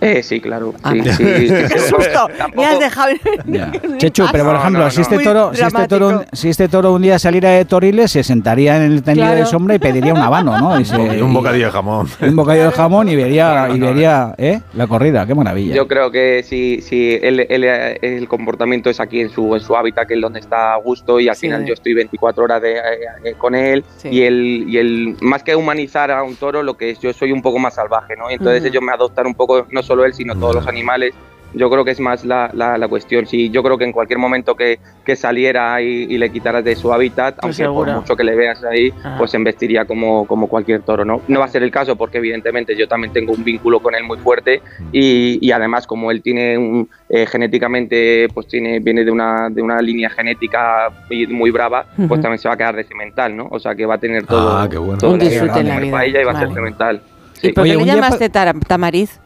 Speaker 7: Eh, sí, claro.
Speaker 2: Ah,
Speaker 7: sí,
Speaker 2: vale.
Speaker 7: sí, sí,
Speaker 2: ¡Qué
Speaker 7: sí. *laughs*
Speaker 2: susto! Me has
Speaker 7: Tampoco-
Speaker 2: dejado. *laughs*
Speaker 3: Ya. Chechu, pero por
Speaker 7: No,
Speaker 3: ejemplo,
Speaker 7: no, no.
Speaker 3: Si, este
Speaker 2: Muy
Speaker 3: toro, si, este toro, un-
Speaker 2: dramático.
Speaker 3: si este toro un día saliera de Toriles, se sentaría en el tendido
Speaker 2: Claro.
Speaker 3: de sombra y pediría un habano, ¿no? Y se-
Speaker 1: y un bocadillo de jamón.
Speaker 3: y un bocadillo de jamón y vería,
Speaker 7: No, no,
Speaker 3: y
Speaker 7: no,
Speaker 3: vería ¿eh? la corrida, qué maravilla.
Speaker 7: Yo creo que si, si el, el- el comportamiento es aquí en su, en su hábitat, que es donde está a gusto, y al
Speaker 2: Sí.
Speaker 7: final yo estoy 24 horas de, eh, eh, con él,
Speaker 2: Sí.
Speaker 7: y, él, y él, más que humanizar a un toro, lo que es, yo soy un poco más salvaje, ¿no? Y entonces
Speaker 2: Ujú.
Speaker 7: ellos me adoptan un poco, no solo él, sino todos los animales. Yo creo que es más la, la- la cuestión. Si yo creo que en cualquier momento que, que saliera y, y le quitaras de su hábitat,
Speaker 2: Pues
Speaker 7: aunque por
Speaker 2: seguro.
Speaker 7: mucho que le veas ahí,
Speaker 2: Ah.
Speaker 7: pues se embestiría como, como cualquier toro, ¿no? No va a ser el caso porque evidentemente yo también tengo un vínculo con él muy fuerte
Speaker 1: Mm.
Speaker 7: y, y además como él tiene un, eh, genéticamente pues tiene viene de una de una línea genética muy, muy brava pues
Speaker 2: Ujú.
Speaker 7: también se va a quedar de semental no o sea que va a tener todo
Speaker 1: Ah, qué bueno.
Speaker 7: todo
Speaker 2: Un
Speaker 7: la vida,
Speaker 2: disfrute
Speaker 7: va a
Speaker 2: en la
Speaker 7: comer
Speaker 2: vida,
Speaker 7: paella y va a
Speaker 2: vale.
Speaker 7: ser semental
Speaker 2: ¿Y
Speaker 7: Sí.
Speaker 2: por qué
Speaker 3: Oye, un
Speaker 2: le
Speaker 3: día
Speaker 2: llamaste tar- Tamariz?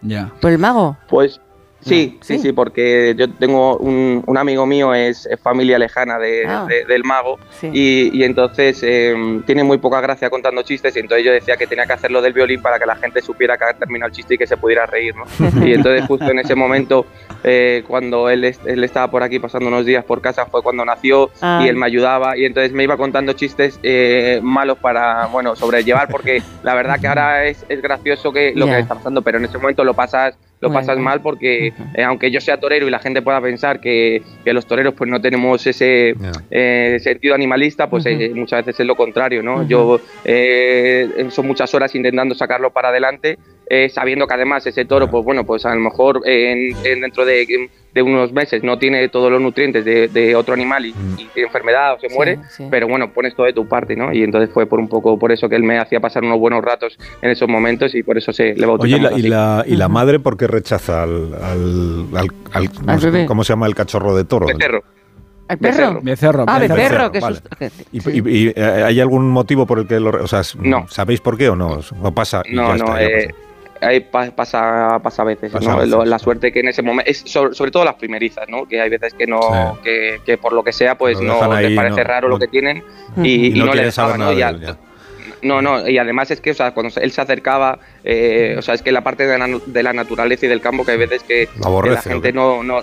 Speaker 3: Ya.
Speaker 2: ¿Por el mago?
Speaker 7: Pues sí,
Speaker 2: No,
Speaker 7: sí,
Speaker 2: Mm. sí.
Speaker 7: sí, porque yo tengo un, un amigo mío, es, es familia lejana de-
Speaker 2: Ah.
Speaker 7: de- del mago,
Speaker 2: Sí.
Speaker 7: y, y entonces eh, tiene muy poca gracia contando chistes, y entonces yo decía que tenía que hacerlo del violín para que la gente supiera que ha terminado el chiste y que se pudiera reír, ¿no?
Speaker 2: *laughs*
Speaker 7: Y entonces justo en ese momento, eh, cuando él, est- él estaba por aquí pasando unos días por casa, fue cuando nació,
Speaker 2: Ah.
Speaker 7: y él me ayudaba, y entonces me iba contando chistes eh, malos para, bueno, sobrellevar, porque la verdad que ahora es, es gracioso que lo
Speaker 2: Ya.
Speaker 7: que está pasando, pero en ese momento lo pasas lo
Speaker 2: Bueno.
Speaker 7: pasas mal porque
Speaker 2: Ujú.
Speaker 7: eh, aunque yo sea torero y la gente pueda pensar que, que los toreros pues no tenemos ese
Speaker 1: Ya.
Speaker 7: eh, sentido animalista, pues
Speaker 2: Ujú.
Speaker 7: eh, muchas veces es lo contrario, ¿no?
Speaker 2: Ujú.
Speaker 7: Yo eh, son muchas horas intentando sacarlo para adelante, eh, sabiendo que además ese toro, pues bueno, pues a lo mejor eh, en- en dentro de, de unos meses no tiene todos los nutrientes de, de otro animal y,
Speaker 1: Mm.
Speaker 7: y tiene enfermedad o se
Speaker 2: Sí,
Speaker 7: muere,
Speaker 2: sí.
Speaker 7: pero bueno, pones todo de tu parte, ¿no? Y entonces fue por un poco por eso que él me hacía pasar unos buenos ratos en esos momentos y por eso se le
Speaker 1: Oye, ¿y
Speaker 7: bautizamos
Speaker 1: la, y
Speaker 7: así.
Speaker 1: la- y la madre por qué rechaza al. al, al- al- no sé,
Speaker 2: bebé.
Speaker 1: ¿Cómo se llama el cachorro de toro?
Speaker 7: Becerro.
Speaker 2: ¿Al perro?
Speaker 7: Becerro.
Speaker 3: Becerro,
Speaker 2: Ah,
Speaker 1: Becerro,
Speaker 2: becerro, que
Speaker 1: vale.
Speaker 2: susto. que-
Speaker 1: ¿Y,
Speaker 2: sí.
Speaker 1: y- y, eh, hay algún motivo por el que lo.? re- O sea, s-
Speaker 7: No.
Speaker 1: ¿sabéis por qué o no? ¿O pasa? y
Speaker 7: No,
Speaker 1: ya
Speaker 7: no,
Speaker 1: está, ya
Speaker 7: eh,
Speaker 1: pasa?
Speaker 7: Ahí pa- pasa, pasa a veces,
Speaker 1: Pasa
Speaker 7: ¿no?
Speaker 1: a veces.
Speaker 7: Lo- La suerte que en ese momento, es sobre, sobre todo las primerizas, ¿no? Que hay veces que no,
Speaker 1: Sí.
Speaker 7: que, que por lo que sea, pues
Speaker 1: Lo
Speaker 7: no
Speaker 1: dejan ahí,
Speaker 7: les parece
Speaker 1: no-
Speaker 7: raro
Speaker 1: no-
Speaker 7: lo que tienen
Speaker 1: Y,
Speaker 2: Mm.
Speaker 7: y, y
Speaker 1: no,
Speaker 7: no, le
Speaker 1: quieren saber
Speaker 7: dejaban,
Speaker 1: nada
Speaker 7: ¿no? Y
Speaker 1: de
Speaker 7: a-
Speaker 1: él. ya.
Speaker 7: no, no, y además es que, o sea, cuando él se acercaba, eh, o sea, es que la parte de la, nu- de la naturaleza y del campo que hay veces que,
Speaker 1: Lo
Speaker 7: que
Speaker 1: aborrece, ¿o
Speaker 7: la gente
Speaker 1: qué?
Speaker 7: no, no,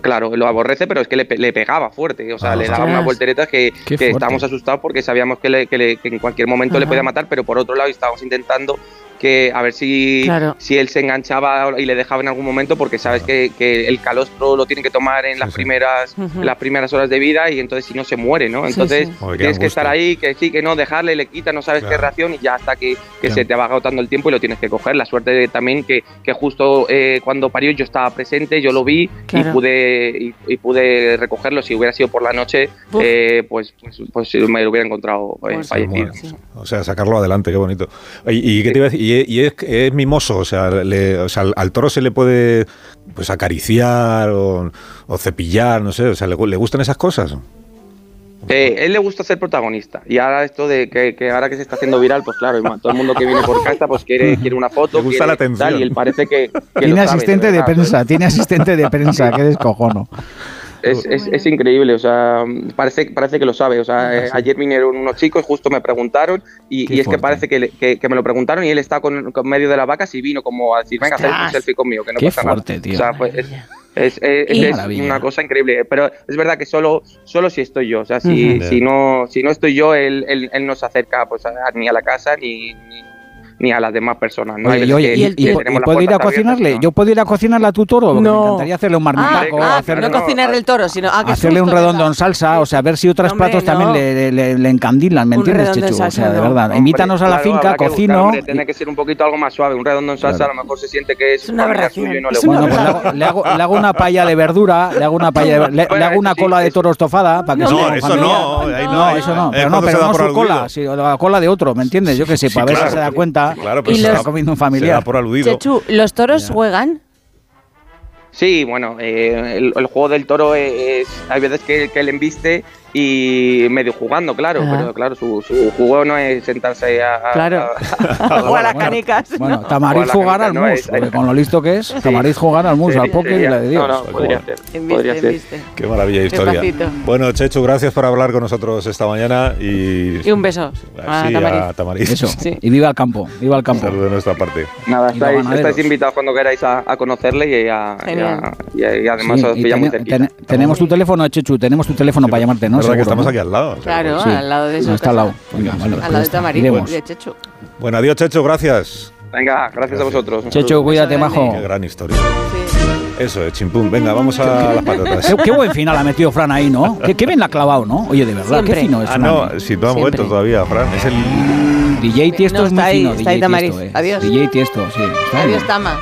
Speaker 7: claro, lo aborrece, pero es que le, pe- le pegaba fuerte, o sea,
Speaker 1: Ah,
Speaker 7: le daba
Speaker 4: ostras.
Speaker 7: unas volteretas que,
Speaker 3: Qué
Speaker 7: que
Speaker 3: fuerte.
Speaker 7: estábamos asustados porque sabíamos que, le- que le- que en cualquier momento le
Speaker 2: Ajá.
Speaker 7: podía matar, pero por otro lado estábamos intentando que a ver si,
Speaker 2: Claro.
Speaker 7: si él se enganchaba y le dejaba en algún momento porque sabes que, que el calostro lo tienen que tomar en
Speaker 1: Sí,
Speaker 7: las
Speaker 1: sí.
Speaker 7: primeras
Speaker 2: Ujú.
Speaker 7: en las primeras horas de vida y entonces si no se muere, ¿no?
Speaker 2: Sí,
Speaker 7: Entonces
Speaker 2: sí.
Speaker 1: Joder, qué
Speaker 7: tienes que estar
Speaker 1: angustia.
Speaker 7: ahí, que sí, que no, dejarle, le quita, no sabes
Speaker 1: Claro.
Speaker 7: qué reacción y ya hasta que, que
Speaker 3: Claro.
Speaker 7: se te va agotando el tiempo y lo tienes que coger. La suerte de- también que, que justo eh, cuando parió yo estaba presente, yo lo vi
Speaker 2: Claro.
Speaker 7: y pude y, y pude recogerlo. Si hubiera sido por la noche,
Speaker 2: Uf.
Speaker 7: eh, pues, pues, pues me lo hubiera encontrado eh,
Speaker 2: Pues sí,
Speaker 7: fallecido.
Speaker 1: Bueno,
Speaker 2: Sí.
Speaker 1: O sea, sacarlo adelante, qué bonito. ¿Y, y qué te iba a decir? Y, es- y es, es mimoso, o sea, le- o sea, al, al toro se le puede pues acariciar o, o cepillar, no sé, o sea, ¿le, gu- le gustan esas cosas?
Speaker 7: Eh, él le gusta ser protagonista y ahora esto de que, que ahora que se está haciendo viral, pues claro, todo el mundo que viene
Speaker 1: *laughs*
Speaker 7: por casa pues quiere, quiere una foto,
Speaker 1: Le gusta
Speaker 7: quiere
Speaker 1: la atención.
Speaker 7: tal, y él parece que, que lo
Speaker 3: Tiene
Speaker 7: sabe,
Speaker 3: asistente
Speaker 7: verdad,
Speaker 3: de,
Speaker 7: ¿eh? ¿sabes?
Speaker 3: prensa, tiene asistente de prensa,
Speaker 7: *laughs*
Speaker 3: qué descojono.
Speaker 7: Es, es- es increíble, o sea, parece, parece que lo sabe. O sea, eh, ayer vinieron unos chicos, justo me preguntaron, y,
Speaker 3: Ah, Qué
Speaker 7: y es que
Speaker 3: fuerte.
Speaker 7: parece que, le- que- que me lo preguntaron y él está con, con medio de las vacas y vino como a decir, venga, hacer un
Speaker 3: Ostras.
Speaker 7: selfie conmigo, que no
Speaker 3: Qué
Speaker 7: pasa
Speaker 3: fuerte,
Speaker 7: nada.
Speaker 3: tío.
Speaker 7: O sea, pues, es, es- eh,
Speaker 2: Qué
Speaker 7: es
Speaker 3: maravilla.
Speaker 7: una cosa increíble. Pero es verdad que solo, solo si estoy yo, o sea, si,
Speaker 1: Ujú.
Speaker 7: si no, si no estoy yo, él, él- él no se acerca pues, a- ni a la casa ni, ni, ni a las demás personas. ¿no?
Speaker 3: Oye,
Speaker 7: Hay
Speaker 3: y,
Speaker 7: veces
Speaker 3: oye,
Speaker 7: que-
Speaker 3: y-
Speaker 2: el-
Speaker 7: que
Speaker 3: y-
Speaker 7: tenemos
Speaker 3: ¿y
Speaker 7: las
Speaker 3: puedo ir a
Speaker 7: puertas abiertas,
Speaker 3: cocinarle?
Speaker 7: ¿no?
Speaker 3: ¿yo puedo ir a cocinarle a tu toro? Porque
Speaker 2: No.
Speaker 3: Me encantaría hacerle un marmitaco,
Speaker 7: ah,
Speaker 3: hacerle,
Speaker 2: no cocinar el toro, sino ah, qué
Speaker 3: hacerle un
Speaker 2: susto me
Speaker 3: redondo
Speaker 2: da.
Speaker 3: en salsa, o sea, ver si otros
Speaker 2: Hombre,
Speaker 3: platos
Speaker 2: no.
Speaker 3: también le, le- le encandilan, ¿me
Speaker 2: Un
Speaker 3: entiendes,
Speaker 2: redondo en
Speaker 3: Chechu? O sea,
Speaker 2: salsa,
Speaker 3: de
Speaker 2: no.
Speaker 3: verdad,
Speaker 7: Hombre,
Speaker 3: Ah, invítanos a la
Speaker 7: claro,
Speaker 3: finca,
Speaker 7: habrá que buscar,
Speaker 3: cocino.
Speaker 7: hombre, tiene que ser un poquito algo más suave. Un redondo en salsa
Speaker 3: Claro.
Speaker 7: a lo mejor se siente que es,
Speaker 2: Es una
Speaker 7: familia
Speaker 2: aberración.
Speaker 7: suya y no le
Speaker 2: Es
Speaker 7: gusta.
Speaker 2: una
Speaker 3: Bueno, pues le hago, le hago- le hago una paella de verdura, le hago una paella de ver- le,
Speaker 7: Bueno,
Speaker 3: le hago una
Speaker 7: eso sí,
Speaker 3: cola de
Speaker 7: eso-
Speaker 3: toro estofada para que
Speaker 2: No,
Speaker 3: sea
Speaker 2: no,
Speaker 3: con
Speaker 2: eso
Speaker 3: familia.
Speaker 2: no, ahí no,
Speaker 3: no,
Speaker 2: ahí
Speaker 3: eso
Speaker 2: no.
Speaker 3: no,
Speaker 1: Es
Speaker 3: pero no,
Speaker 1: cuando se
Speaker 3: pero
Speaker 1: eh, da
Speaker 3: no
Speaker 1: por
Speaker 3: su
Speaker 1: aludido.
Speaker 3: cola, sí, o la cola de otro, ¿me entiendes? Yo que sé,
Speaker 1: Sí,
Speaker 3: para ver
Speaker 1: claro.
Speaker 3: si se da cuenta.
Speaker 1: Claro,
Speaker 2: Y
Speaker 1: pero se
Speaker 2: los-
Speaker 1: da-
Speaker 3: está comiendo un
Speaker 1: se da
Speaker 3: familiar.
Speaker 1: por aludido.
Speaker 2: Chechu, ¿los toros juegan?
Speaker 7: Sí, bueno, eh, el, el juego del toro es, es- hay veces que, que él embiste y medio jugando, claro,
Speaker 2: Ah.
Speaker 7: pero claro, su, su juego no es sentarse a, a-
Speaker 2: Claro.
Speaker 7: *laughs* a-
Speaker 2: Juega a las
Speaker 3: Bueno,
Speaker 2: canicas. ¿no?
Speaker 3: Bueno, Tamariz
Speaker 7: Hola,
Speaker 3: jugar
Speaker 7: Carita,
Speaker 3: al
Speaker 7: no,
Speaker 3: mus,
Speaker 7: es-
Speaker 3: porque con lo listo que es, Tamariz jugar al mus, al
Speaker 7: Sería-
Speaker 3: póker y la de Dios.
Speaker 7: No, no, podría ser,
Speaker 2: Embiste,
Speaker 7: podría ser.
Speaker 2: embiste.
Speaker 1: Qué maravilla de historia.
Speaker 2: Despacito.
Speaker 1: Bueno, Chechu, gracias por hablar con nosotros esta mañana y,
Speaker 2: Y un beso a
Speaker 1: Sí,
Speaker 2: Tamariz.
Speaker 1: a Tamariz.
Speaker 3: Eso,
Speaker 2: Sí.
Speaker 3: y viva el campo, viva
Speaker 1: *laughs*
Speaker 3: el
Speaker 1: Un
Speaker 3: campo.
Speaker 1: saludo de nuestra parte.
Speaker 7: Nada,
Speaker 3: Y los
Speaker 7: estáis,
Speaker 3: ganaderos.
Speaker 7: estáis invitados cuando queráis a, a conocerle y a, y a- y a- y además
Speaker 3: Sí,
Speaker 7: os
Speaker 3: y
Speaker 7: pilla muy
Speaker 3: tene-
Speaker 7: cerquita.
Speaker 3: tene- tenemos tu teléfono, Chechu, tenemos tu teléfono para llamarte, ¿no?
Speaker 1: Es verdad que
Speaker 3: Seguro,
Speaker 1: estamos
Speaker 3: ¿no?
Speaker 1: aquí al lado. o sea,
Speaker 2: Claro,
Speaker 1: pues-
Speaker 3: Sí.
Speaker 2: Ah, al lado de su
Speaker 3: No, está al
Speaker 2: casa.
Speaker 3: lado. Venga, vale,
Speaker 2: Al
Speaker 3: pues
Speaker 2: lado
Speaker 3: ya
Speaker 2: de
Speaker 3: está,
Speaker 2: Tamariz,
Speaker 3: iremos.
Speaker 2: de Chechu.
Speaker 1: pues, Bueno, adiós, Chechu, gracias.
Speaker 7: Venga, gracias a vosotros. Un saludo.
Speaker 3: Chechu, cuídate,
Speaker 2: Pues
Speaker 3: majo.
Speaker 1: Qué gran historia.
Speaker 2: Sí.
Speaker 1: Eso es, chimpum. Venga, vamos a las patatas.
Speaker 3: Qué, qué buen final ha metido Fran ahí, ¿no? Qué, qué bien la ha clavado, ¿no? Oye, de verdad,
Speaker 2: Siempre.
Speaker 3: qué fino es.
Speaker 1: Ah,
Speaker 3: Fran. ¿eh?
Speaker 1: no, si no ha
Speaker 2: Siempre.
Speaker 1: muerto todavía, Fran. Es el.
Speaker 3: DJ Tiesto
Speaker 2: No,
Speaker 3: es muy
Speaker 2: está ahí-
Speaker 3: fino.
Speaker 2: está ahí
Speaker 3: DJ
Speaker 2: Tamariz.
Speaker 3: Tiesto, eh.
Speaker 2: Adiós.
Speaker 3: DJ Tiesto, sí. Está
Speaker 2: Adiós,
Speaker 3: bien.
Speaker 2: Tama.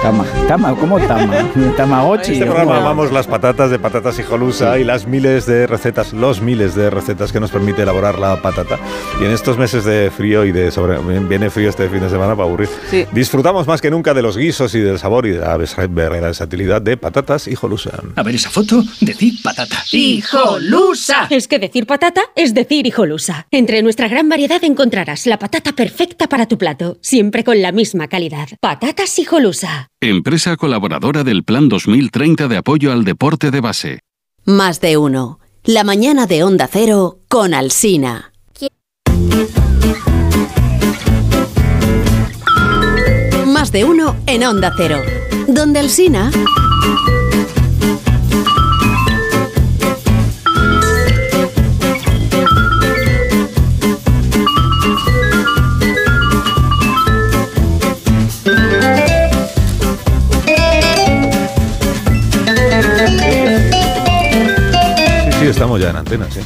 Speaker 3: Tama. Tama, ¿cómo Tama? Tamagotchi.
Speaker 1: Este
Speaker 3: ¿o
Speaker 1: programa
Speaker 3: cómo?
Speaker 1: amamos las patatas de patatas y jolusa y las miles de recetas, los miles de recetas que nos permite elaborar la patata. Y en estos meses de frío y de sobre viene frío este fin de semana para aburrir.
Speaker 2: Sí.
Speaker 1: Disfrutamos más que nunca de los guisos y del sabor y de la vers- versatilidad de patatas y jolusa.
Speaker 6: A ver esa foto, decir patata.
Speaker 8: ¡Hijolusa! Es que decir patata es decir hijolusa. Entre nuestra gran variedad encontrarás la patata perfecta para tu plato, siempre con la misma calidad. Patatas hijolusa.
Speaker 9: Empresa colaboradora del Plan 2030 de apoyo al deporte de base.
Speaker 10: Más de uno. La mañana de Onda Cero con Alsina. Más de uno en Onda Cero. Donde Alsina.
Speaker 1: Sí, sí, estamos ya en antena, sí.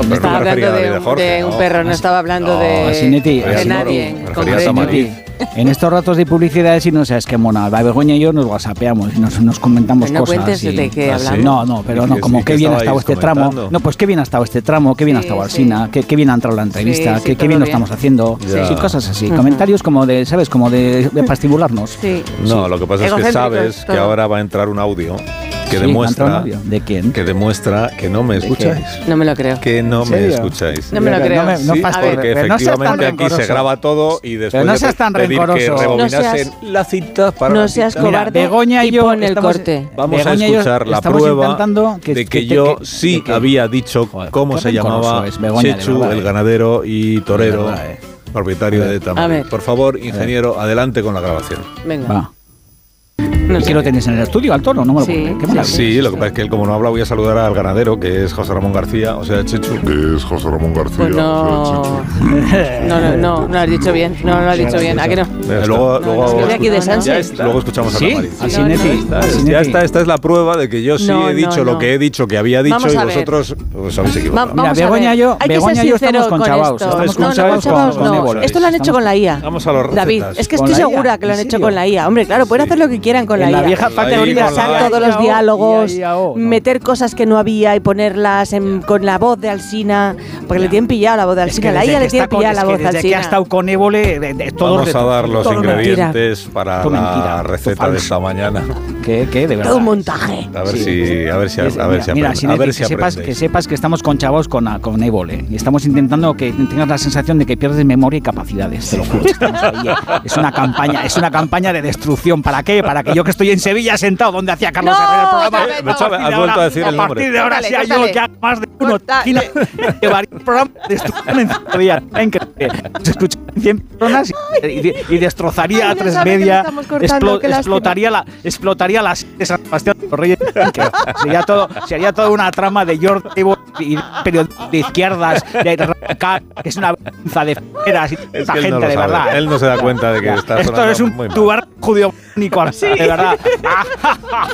Speaker 1: No, pero no
Speaker 2: Estaba
Speaker 1: me refería
Speaker 2: hablando
Speaker 1: a
Speaker 2: de,
Speaker 1: David
Speaker 2: un-
Speaker 1: Jorge,
Speaker 2: de un
Speaker 1: no.
Speaker 2: perro, no estaba hablando
Speaker 1: No,
Speaker 3: Ah,
Speaker 2: de,
Speaker 3: Asinetti,
Speaker 2: de
Speaker 3: Asinoro,
Speaker 2: nadie.
Speaker 1: me
Speaker 2: en
Speaker 1: refería a
Speaker 2: concreto.
Speaker 1: Tamariz.
Speaker 3: Sí. En estos ratos de publicidad, si no sabes qué mona, la Begoña y yo nos whatsappeamos y nos, nos comentamos
Speaker 2: No
Speaker 3: cosas.
Speaker 2: cuentes
Speaker 3: y-
Speaker 2: de qué
Speaker 1: Ah, sí.
Speaker 2: hablamos.
Speaker 3: No, no, pero
Speaker 1: ¿Y
Speaker 3: no,
Speaker 1: qué- y
Speaker 3: como
Speaker 1: qué
Speaker 3: qué bien ha estado
Speaker 1: estabais
Speaker 3: este
Speaker 1: comentando?
Speaker 3: tramo. No, pues qué bien ha estado este tramo, qué bien ha
Speaker 2: Sí,
Speaker 3: estado
Speaker 2: sí.
Speaker 3: Alsina, qué, qué bien ha entrado la entrevista,
Speaker 2: Sí, sí,
Speaker 3: qué, qué
Speaker 2: todo
Speaker 3: bien lo
Speaker 2: bien.
Speaker 3: estamos haciendo.
Speaker 1: Ya.
Speaker 3: Sí, cosas así. Comentarios como de, ¿sabes? Como de, de pastibularnos.
Speaker 2: Sí.
Speaker 1: No, lo que pasa es que
Speaker 2: Egocéntricos,
Speaker 1: sabes que
Speaker 2: todo.
Speaker 1: ahora va a entrar un audio que
Speaker 3: Sí, me
Speaker 1: demuestra
Speaker 3: han traído ¿De quién?
Speaker 1: que demuestra que no me
Speaker 3: ¿De qué?
Speaker 1: escucháis.
Speaker 2: No me lo creo.
Speaker 1: Que no
Speaker 3: ¿En
Speaker 1: me
Speaker 3: serio?
Speaker 1: escucháis.
Speaker 2: No me lo
Speaker 3: Pero
Speaker 2: creo.
Speaker 3: No, me- no
Speaker 1: Sí,
Speaker 3: fastidies,
Speaker 1: porque
Speaker 3: pero no seas tan
Speaker 1: efectivamente aquí se
Speaker 3: rencoroso.
Speaker 1: graba todo y después
Speaker 3: Pero no
Speaker 1: de
Speaker 3: seas tan
Speaker 1: pedir que
Speaker 3: rencoroso.
Speaker 1: rebobinasen la cita para la
Speaker 2: No seas
Speaker 1: cita.
Speaker 3: Mira,
Speaker 2: *laughs* cobarde
Speaker 3: Begoña y
Speaker 2: y
Speaker 3: yo
Speaker 2: pon el
Speaker 3: estamos-
Speaker 2: corte.
Speaker 1: Vamos a
Speaker 3: Begoña y yo
Speaker 1: escuchar la
Speaker 3: estamos
Speaker 1: prueba
Speaker 3: intentando que-
Speaker 1: de
Speaker 3: que
Speaker 1: que
Speaker 3: te-
Speaker 1: yo
Speaker 3: que-
Speaker 1: sí
Speaker 3: de que-
Speaker 1: había dicho
Speaker 3: Joder,
Speaker 1: cómo
Speaker 3: qué
Speaker 1: se
Speaker 3: rencoroso
Speaker 1: llamaba
Speaker 3: es Begoña, de
Speaker 1: Chechu,
Speaker 3: verdad,
Speaker 1: el
Speaker 3: eh.
Speaker 1: ganadero y torero,
Speaker 3: De verdad, eh.
Speaker 1: propietario de
Speaker 2: A ver.
Speaker 1: Tamar. Por favor, ingeniero, adelante con la grabación.
Speaker 2: Venga.
Speaker 3: Va.
Speaker 2: No
Speaker 3: ¿Y
Speaker 2: sé.
Speaker 3: qué lo tenéis en el estudio, al toro? No me lo
Speaker 2: Sí,
Speaker 3: puedo creer. Qué
Speaker 2: sí,
Speaker 3: maravilla.
Speaker 1: Sí, lo que pasa es que él, como no habla, voy a saludar al ganadero, que es José Ramón García, o sea, Chechu.
Speaker 11: que es José Ramón García.
Speaker 2: Pues no.
Speaker 11: o sea, Chicho.
Speaker 2: No, no, no, no lo has dicho bien. No, no lo has dicho bien. ¿A que no?
Speaker 1: Eh, Luego, luego,
Speaker 2: no, es que aquí de
Speaker 1: escu-
Speaker 2: Sánchez.
Speaker 1: ya está. luego escuchamos a
Speaker 3: Sí,
Speaker 1: Tamariz.
Speaker 3: así
Speaker 2: No, no,
Speaker 3: Neti,
Speaker 1: Ya
Speaker 3: así
Speaker 1: está, Ya
Speaker 3: Neti.
Speaker 1: está, esta es la prueba de que yo sí
Speaker 2: No,
Speaker 1: he dicho
Speaker 2: no,
Speaker 1: lo
Speaker 2: no.
Speaker 1: que he dicho, que había dicho,
Speaker 2: Vamos
Speaker 1: y
Speaker 2: a ver.
Speaker 1: vosotros os habéis
Speaker 2: Va-
Speaker 1: equivocado.
Speaker 2: vamos a
Speaker 3: Begoña
Speaker 2: ver.
Speaker 3: y yo-
Speaker 2: Hay que
Speaker 3: Begoña
Speaker 2: ser
Speaker 3: y yo estamos
Speaker 2: sincero
Speaker 3: con chavaos,
Speaker 2: esto.
Speaker 1: estamos con
Speaker 2: no, no,
Speaker 1: chavaos, con-
Speaker 2: chavaos
Speaker 1: con
Speaker 2: no.
Speaker 1: ébola.
Speaker 2: Esto lo han hecho
Speaker 3: Estamos-
Speaker 2: con la IA.
Speaker 1: Vamos a los
Speaker 2: David,
Speaker 1: recetas.
Speaker 2: es que
Speaker 3: Con
Speaker 2: estoy
Speaker 3: la IA,
Speaker 2: segura que lo han
Speaker 3: ¿en
Speaker 2: hecho
Speaker 3: serio?
Speaker 2: con la IA. Hombre, claro, pueden hacer lo que quieran con la
Speaker 3: En
Speaker 2: IA.
Speaker 3: la vieja factoría.
Speaker 2: Pasar todos los diálogos, meter cosas que no había y ponerlas en- con la voz de Alsina, porque le tienen pillado la voz de
Speaker 3: Es que
Speaker 2: Alsina, la
Speaker 3: desde
Speaker 2: IA
Speaker 3: que
Speaker 2: le tiene
Speaker 3: está con-
Speaker 2: pillada
Speaker 3: es
Speaker 2: la
Speaker 3: que
Speaker 2: voz de
Speaker 3: Desde que ha
Speaker 2: Alsina.
Speaker 3: estado con Évole, eh, de- de- todo
Speaker 1: Vamos a
Speaker 3: reto-
Speaker 1: dar los
Speaker 3: todo mentira.
Speaker 1: ingredientes para
Speaker 3: Todo
Speaker 1: la
Speaker 3: mentira,
Speaker 1: receta
Speaker 3: todo
Speaker 1: de
Speaker 3: falso.
Speaker 1: esta mañana.
Speaker 3: ¿Qué, qué? De verdad.
Speaker 2: Todo un montaje.
Speaker 1: A ver
Speaker 3: Sí.
Speaker 1: si a ver si a
Speaker 3: Es-
Speaker 1: ver si
Speaker 3: mira,
Speaker 1: aprende-
Speaker 3: Sineti,
Speaker 1: a ver
Speaker 3: que,
Speaker 1: si
Speaker 3: sepas, que
Speaker 1: aprendéis.
Speaker 3: sepas que estamos con chavos con, a- con Évole. Y estamos intentando que tengas la sensación de que pierdes memoria y capacidades. Te lo juro. estamos ahí. eh. Es una campaña, es una campaña de destrucción. ¿Para qué? Para que yo que estoy en Sevilla sentado donde hacía Carlos
Speaker 2: No,
Speaker 3: Herrera el programa.
Speaker 2: Isabel,
Speaker 1: no.
Speaker 3: partir de
Speaker 1: Has vuelto a decir el
Speaker 3: a
Speaker 1: nombre.
Speaker 3: partir de ahora
Speaker 2: Córtale,
Speaker 3: sea
Speaker 2: córtale.
Speaker 3: yo que haga más de uno.
Speaker 2: Corta. *laughs*
Speaker 3: China, de varios programas de destrucción en cinco días. Era increíble. Se escuchan 100 personas y, y- y destrozaría
Speaker 2: Ay,
Speaker 3: a
Speaker 2: ya
Speaker 3: tres
Speaker 2: sabe que
Speaker 3: media.
Speaker 2: lo estamos cortando, qué lástima.
Speaker 3: explotaría la explotaría la sede de San Sebastián de los Reyes. sería todo sería toda una trama de George Tibor y de periodistas de izquierdas de radicales, que es una vergüenza de feras y de
Speaker 1: Es
Speaker 3: esta
Speaker 1: que él
Speaker 3: gente
Speaker 1: no lo
Speaker 3: de
Speaker 1: sabe.
Speaker 3: verdad. ¿eh?
Speaker 1: Él no se da cuenta de que está
Speaker 3: Esto
Speaker 1: sonando
Speaker 3: es un
Speaker 1: muy mal.
Speaker 3: tubar judío nico, de verdad.
Speaker 2: *laughs*